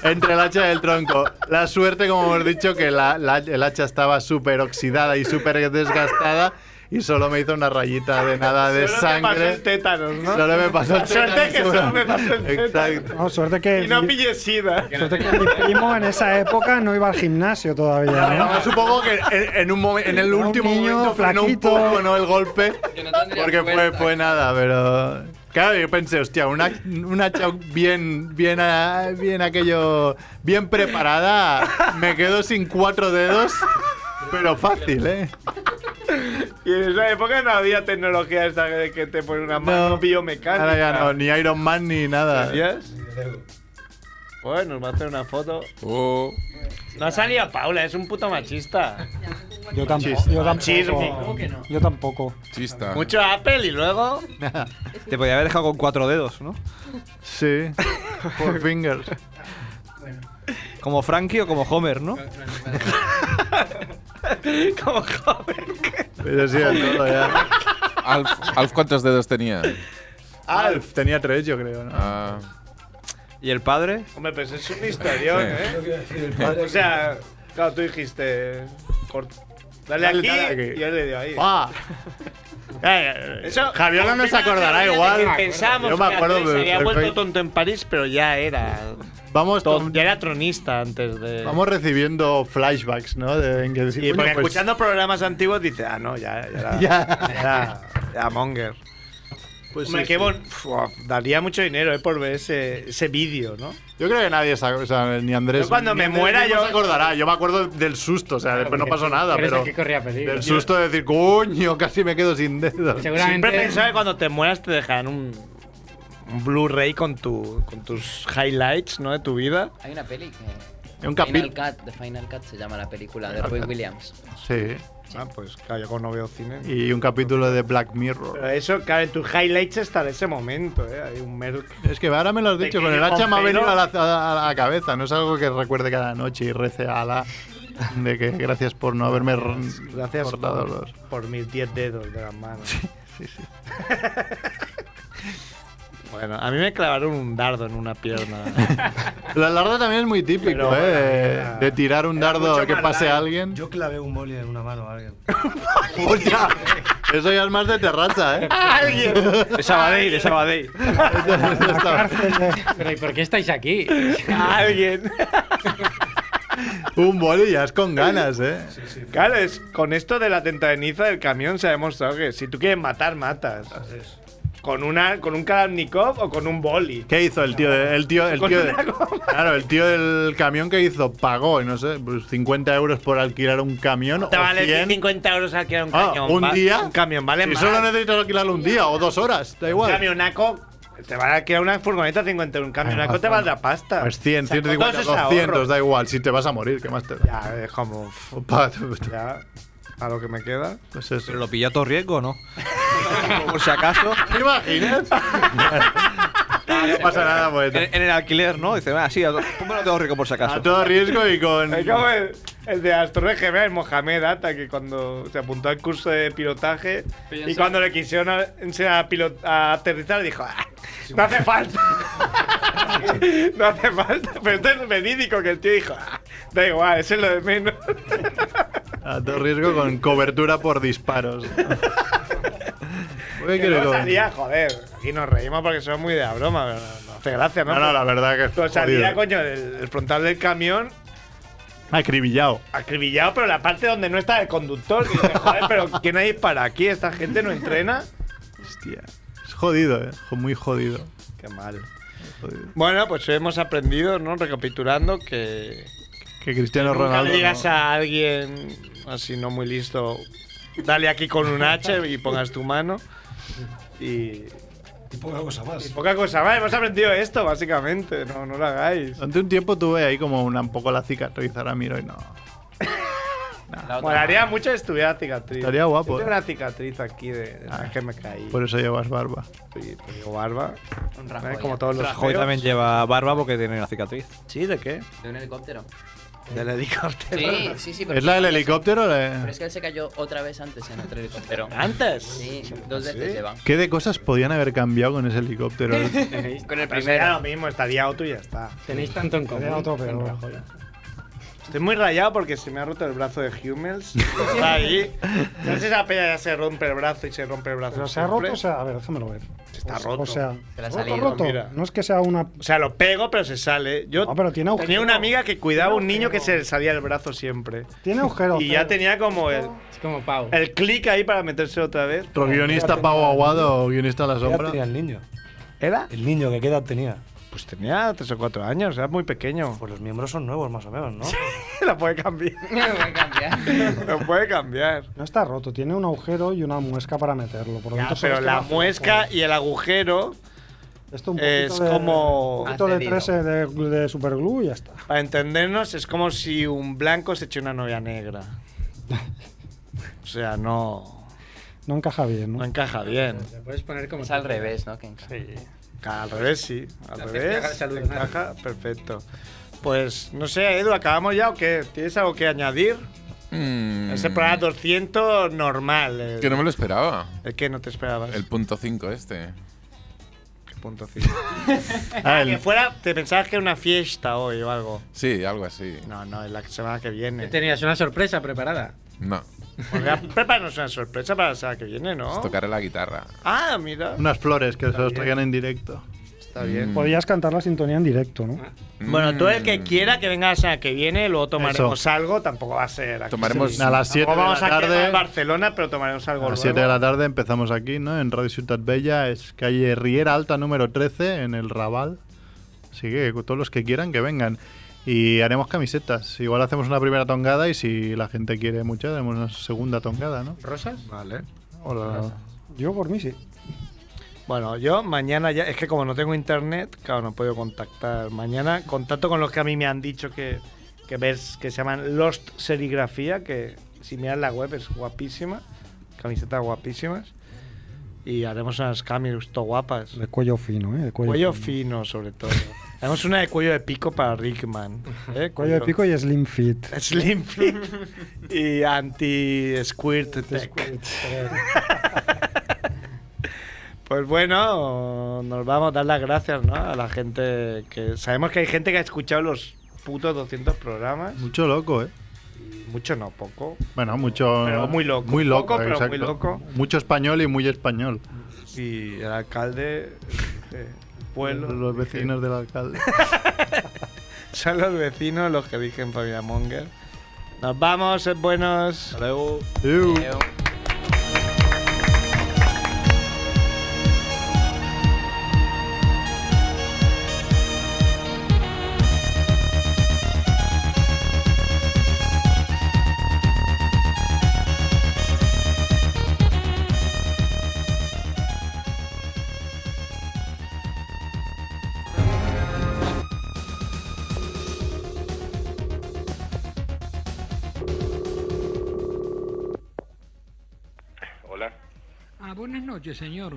entre el hacha y el tronco. La suerte, como hemos dicho, que la, la- el hacha estaba súper oxidada y súper desgastada y solo me hizo una rayita de nada de Solo te sangre. pasó el tétanos, ¿no? Solo me pasó el Suerte tétanos, que solo seguro. me pasó el Exacto. No, suerte que. Y no pille sida. suerte que mi primo en esa época no iba al gimnasio todavía. ¿no? Yo supongo que en, en un momen- en el Era un último niño momento frenó un flaquito. poco ¿no? el golpe. tendría Porque fue, fuerza. fue nada, pero. Claro, yo pensé, hostia, una, una chao bien, bien, ah, bien aquello. Bien preparada. Me quedo sin cuatro dedos. Pero fácil, ¿eh? Y en esa época no había tecnología esta de que te pone una mano biomecánica. Ahora ya no, ni Iron Man ni nada. ¿Gracias? Bueno, nos va a hacer una foto. Oh, No ha salido Paula, es un puto machista. Yo tampoco. Machismo. Yo Machismo. tampoco. ¿Cómo que no? Yo tampoco. Chista. Mucho Apple y luego. Te podía haber dejado con cuatro dedos, ¿no? Sí. Por fingers. Como Frankie o como Homer, ¿no? como Homer. Pero sí, de todo ya. Alf, Alf, ¿cuántos dedos tenía? Alf tenía tres, yo creo, ¿no? Ah, ¿Y el padre? Hombre, pues es un historión, Sí. ¿eh? O sea, claro, tú dijiste. cort- Dale, Dale, aquí, dale aquí. y yo le dio ahí. ¡Ah! eh, Eso- Javiola no se acordará Fíjate igual. que Pensábamos Yo me acuerdo que se había perfecto. vuelto tonto en París, pero ya era. Vamos, ton- ya era tronista antes de. Vamos recibiendo flashbacks, ¿no? De, en que decir, Y porque bueno, pues, escuchando programas antiguos dice, ah, no, ya, ya, era- Ya. ya, ya, Monger. pues Hombre, sí, qué sí. bon- Fua, daría mucho dinero eh, por ver ese, ese vídeo, ¿no? Yo creo que nadie se ac- o sea, ni Andrés. Yo cuando ni me Andrés muera, mismo yo- se acordará. Yo me acuerdo del susto, o sea, después no pasó nada, Pero es pero. que corría peligro. Del susto de decir, coño, casi me quedo sin dedos. Seguramente. Siempre pensaba que cuando te mueras te dejarán un, un Blu-ray con, tu, con tus highlights ¿no? de tu vida. Hay una peli que. Final Un capítulo. Cut, The Final Cut se llama la película de Roy Williams. Sí. Ah, pues claro, yo como no veo cine. Y un capítulo de Black Mirror. Pero eso, claro, en tus highlights está de ese momento, ¿eh? Hay un Merck. Es que ahora me lo has dicho, con el Pequeño hacha me ha venido a la, Pompeyo. a la cabeza. No es algo que recuerde cada noche y rece a la. De que gracias por no haberme r- Gracias cortado por, los. por mis 10 dedos de las manos. Sí, sí. Bueno, a mí me clavaron un dardo en una pierna. La larga también es muy típico, Pero, ¿eh? De, era- de tirar un era dardo mucho que más pase a largo. alguien. Yo clavé un boli en una mano a alguien. ¡Hostia! Eso ya es más de terraza, ¿eh? ¡Alguien! De Sabadell, de Sabadell. Eso está- Pero ¿y por qué estáis aquí? ¡Alguien! un boli ya es con ganas, ¿eh? Claro, es, con esto de la tentadeniza del camión se ha demostrado que si tú quieres matar, matas. Con, una, con un Kalashnikov o con un boli. ¿Qué hizo el tío? de- el tío, el Con tío de- una goma. claro, el tío del camión que hizo pagó, no sé, pues 50 euros por alquilar un camión. Te o vale 100. 50 euros aquí a un Ah, cañón. un va. día. Un camión, ¿vale? Si más. solo necesitas alquilarlo un día o dos horas, da Un igual. camionaco. Te van a quedar una furgoneta 50 Un camionaco te valdrá pasta. Ah, Pues 100, O sea, con 150, todos esos ahorros. 200, da igual. Si te vas a morir, ¿qué más te da? Ya, es como. pff, Opa, Ya, a lo que me queda. Pues eso. Pero lo pilló a todo riesgo, ¿no? Por si acaso. ¿Te imaginas? no pasa nada, pues. En, en el alquiler, ¿no? Dice, va, sí, a pues to- pónmelo a todo riesgo por si A acaso. todo riesgo y con. Es como el, el de las Torres Gemelas, Mohamed Atta, que cuando se apuntó al curso de pilotaje Pero ya y sabes. cuando le quisieron a- enseñar a, pilot- a aterrizar, dijo: "Ah, No hace falta. no hace falta. Pero esto es verídico que el tío dijo: "Ah, Da igual, ese es lo de menos. A todo riesgo con cobertura por disparos. Oye, que que le no con- salía, joder. Aquí nos reímos porque somos muy de la broma. pero no, no hace gracia, ¿no? No, no, la verdad que. es Pero salía, jodido. coño, el- el frontal del camión Acribillado. acribillado, pero la parte donde no está el conductor. que dice, joder, pero ¿quién hay para aquí? ¿Esta gente no entrena? Hostia. Es jodido, eh. Jo- Muy jodido. Qué mal. Jodido. Bueno, pues hemos aprendido, ¿no? Recapitulando que. Que Cristiano Nunca Ronaldo. le digas no- a alguien así no muy listo, dale aquí con un H y pongas tu mano. Y. Y poca cosa y más. poca cosa más, hemos aprendido esto, básicamente. No, no lo hagáis. Durante un tiempo tuve ahí como una, un poco la cicatriz. Ahora miro y no. Ah. La otra Molaría mucho estudiar cicatriz. Estaría guapo, Yo eh. Ah. tengo una cicatriz aquí de, de la que me caí. Por eso llevas barba. Y tengo barba. Un ¿eh? Rajoy. Como todos los Rajoy feos. también lleva barba porque tiene una cicatriz. Sí, ¿de qué? De un helicóptero. Del helicóptero. Sí, sí, sí. pero- ¿Es la del helicóptero? Pero la- es que él se cayó otra vez antes en otro helicóptero. ¿Antes? Sí, dos ¿Ah, veces lleva. ¿Qué de cosas podían haber cambiado con ese helicóptero? Con el Pero Pues sería primero. lo mismo, estaría auto y ya está. Tenéis tanto en común. Sería otro peor. con Rajoy. Estoy muy rayado porque se me ha roto el brazo de Hummels. Está ahí. No sé si esa peña ya se rompe el brazo y se rompe el brazo. Pero se ha siempre. roto, o sea, a ver, déjamelo ver. Se está O- roto. O sea, Se le ha roto, salido, roto. mira. No es que sea una. O sea, lo pego, pero se sale. Yo No, pero tiene tenía agujero. una amiga que cuidaba a un niño que se le salía el brazo siempre. Tiene agujero. Y ya tenía como el, como Pau. el clic ahí para meterse otra vez. Nuestro guionista Pau Aguado, guionista a la Ya sombra. tenía El niño. ¿Era? El niño, ¿qué edad tenía? Pues tenía tres o cuatro años, era muy pequeño. Pues los miembros son nuevos, más o menos, ¿no? Lo puede cambiar. Lo puede cambiar. No está roto, tiene un agujero y una muesca para meterlo. Por lo Ya, tanto, solo pero es que la va- muesca y el agujero Esto un poquito es de- como. Un poquito de 13 de, de superglue y ya está. Para entendernos, es como si un blanco se eche una novia negra. O sea, no, No encaja bien, ¿no? no encaja bien. Te puedes poner como. Es al revés, ¿no? Que Sí. Al revés, sí. Al La festeja de revés. salud. Encaja, perfecto. Pues no sé, Edu, ¿acabamos ya o qué? ¿Tienes algo que añadir? Mm, Ese programa 200 normal. el- Que no me lo esperaba. ¿El qué no te esperabas? El punto 5 este. ¿Qué punto 5? ah, que fuera, te pensabas que era una fiesta hoy o algo. Sí, algo así. No, no, es la semana que viene. Tenías una sorpresa preparada. No, Podría prepararnos una sorpresa para la semana que viene, os ¿no? tocaré la guitarra. Ah, mira. Unas flores que se los traigan en directo. Está Mm. bien. Podías cantar la sintonía en directo, ¿no? Bueno, tú el Mm. que quiera que venga la semana que viene, luego tomaremos Eso. algo, tampoco va a ser aquí. Tomaremos- A las 7 Tampoco de la vamos a quedar en tarde. Barcelona, pero tomaremos algo. A las luego. 7 de la tarde empezamos aquí, ¿no? En Radio Ciudad Bella, es calle Riera Alta número 13, en el Raval. Así que todos los que quieran que vengan. Y haremos camisetas. Igual hacemos una primera tongada y si la gente quiere mucho, haremos una segunda tongada, ¿no? ¿Rosas? Vale. O la- Yo por mí sí. Bueno, yo mañana ya, es que como no tengo internet, claro, no puedo contactar. Mañana contacto con los que a mí me han dicho que, que ves, que se llaman Lost Serigrafía, que si miras la web es guapísima, camisetas guapísimas. Y haremos unas camis to guapas. De cuello fino, ¿eh? De cuello, Cuello fino. fino, sobre todo. Haremos una de cuello de pico para Rickman. ¿eh? Cuello de pico y slim fit. Slim Fit y anti-squirt tech. Pues bueno, nos vamos a dar las gracias ¿no? a la gente que... Sabemos que hay gente que ha escuchado los putos 200 programas. Mucho loco, ¿eh? Mucho no, poco. Bueno, mucho. Pero muy loco. Muy loco, Poco, pero muy exacto. loco. Mucho español y muy español. Y el alcalde... eh, pueblo, Los vecinos del alcalde. Son los vecinos los que dicen familia Monger. Nos vamos, sed buenos. Hasta luego. Iu. Hola. Ah, buenas noches, señor.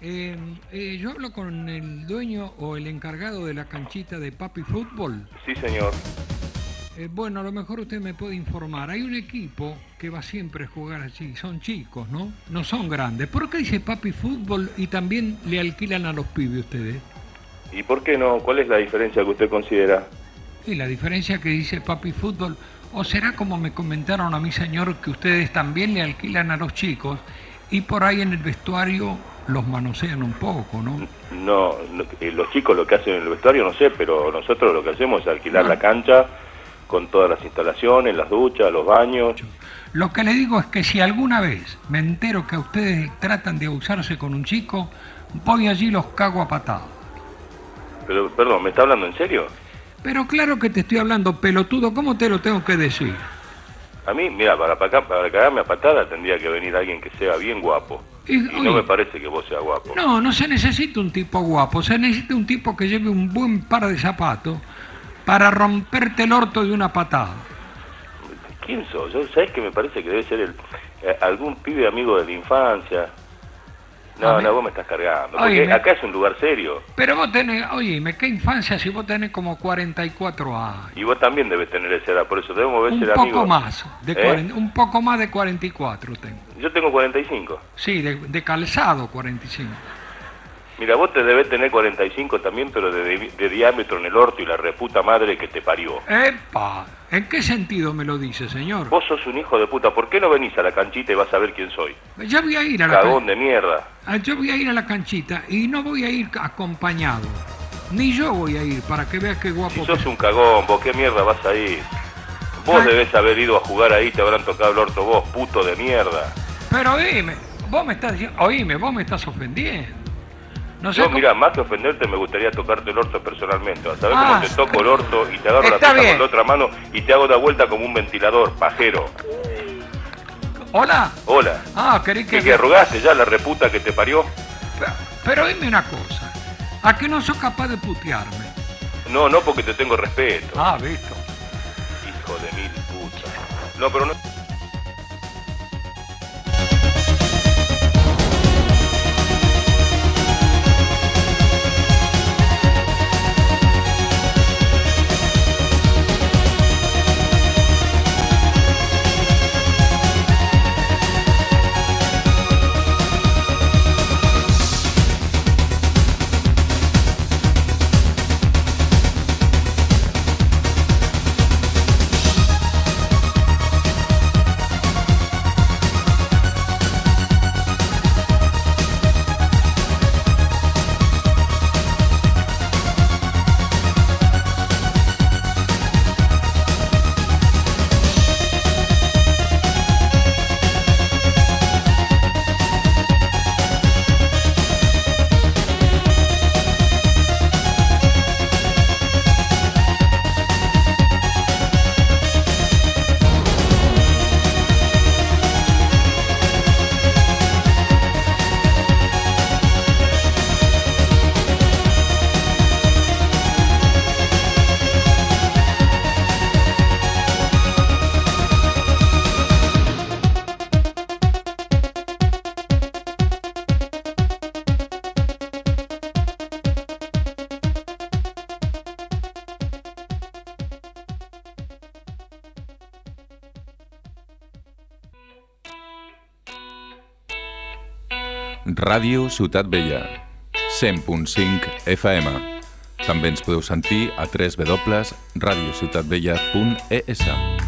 Eh, eh, yo hablo con el dueño o el encargado de la canchita de Papi Fútbol. Sí, señor. Eh, bueno, a lo mejor usted me puede informar. Hay un equipo que va siempre a jugar allí. Son chicos, ¿no? No son grandes. ¿Por qué dice Papi Fútbol y también le alquilan a los pibes ustedes? ¿Y por qué no? ¿Cuál es la diferencia que usted considera? Y la diferencia que dice Papi Fútbol, o será como me comentaron a mí, señor, que ustedes también le alquilan a los chicos y por ahí en el vestuario los manosean un poco, ¿no? No, no, eh, los chicos lo que hacen en el vestuario no sé, pero nosotros lo que hacemos es Ah. alquilar la cancha con todas las instalaciones, las duchas, los baños. Lo que le digo es que si alguna vez me entero que ustedes tratan de abusarse con un chico, voy allí y los cago a patadas. Pero, perdón, ¿me está hablando en serio? Pero claro que te estoy hablando, pelotudo, ¿cómo te lo tengo que decir? A mí, mira, para, pa- acá- para cagarme a patada tendría que venir alguien que sea bien guapo. Y- Y no uy, me parece que vos seas guapo. no, no se necesita un tipo guapo, se necesita un tipo que lleve un buen par de zapatos para romperte el orto de una patada. ¿Quién sos? Yo, ¿Sabes que me parece que debe ser el, eh, algún pibe amigo de la infancia? A No, ver. no, vos me estás cargando. Oye, Porque me- acá es un lugar serio. Pero vos tenés, oye, ¿qué infancia si vos tenés como 44 años? Y vos también debes tener esa edad, por eso debemos ver Un ser poco amigos. más, de ¿Eh? cuaren- un poco más de 44 tengo. Yo tengo 45. Sí, de, de calzado 45. Mira, vos te debes tener 45 también, pero de, di- de diámetro en el orto y la reputa madre que te parió. ¡Epa! ¿En qué sentido me lo dice, señor? Vos sos un hijo de puta, ¿por qué no venís a la canchita y vas a ver quién soy? Ya voy a ir a la Cagón de mierda. Ah, Yo voy a ir a la canchita y no voy a ir acompañado. Ni yo voy a ir para que veas qué guapo. Si sos un cagón, vos qué mierda vas a ir. Vos debés haber ido a jugar ahí, te habrán tocado el orto vos, puto de mierda. Pero dime, vos me estás diciendo, oíme, vos me estás ofendiendo. No sé Yo, cómo- mira, más que ofenderte, me gustaría tocarte el orto personalmente. ¿Sabés Ah. cómo te toco el orto y te agarro la Está pita bien. con la otra mano y te hago la vuelta como un ventilador, pajero? Hola. Hola. Ah, querés que. ¿Y que arrugaste ya la reputa que te parió? Pero dime una cosa. ¿A que no sos capaz de putearme? No, no, porque te tengo respeto. Ah, visto. Hijo de mil puta. No, pero no... Ràdio Ciutat Vella, 100.5 FM. E També ens podeu sentir a www.radiociutatvella.es.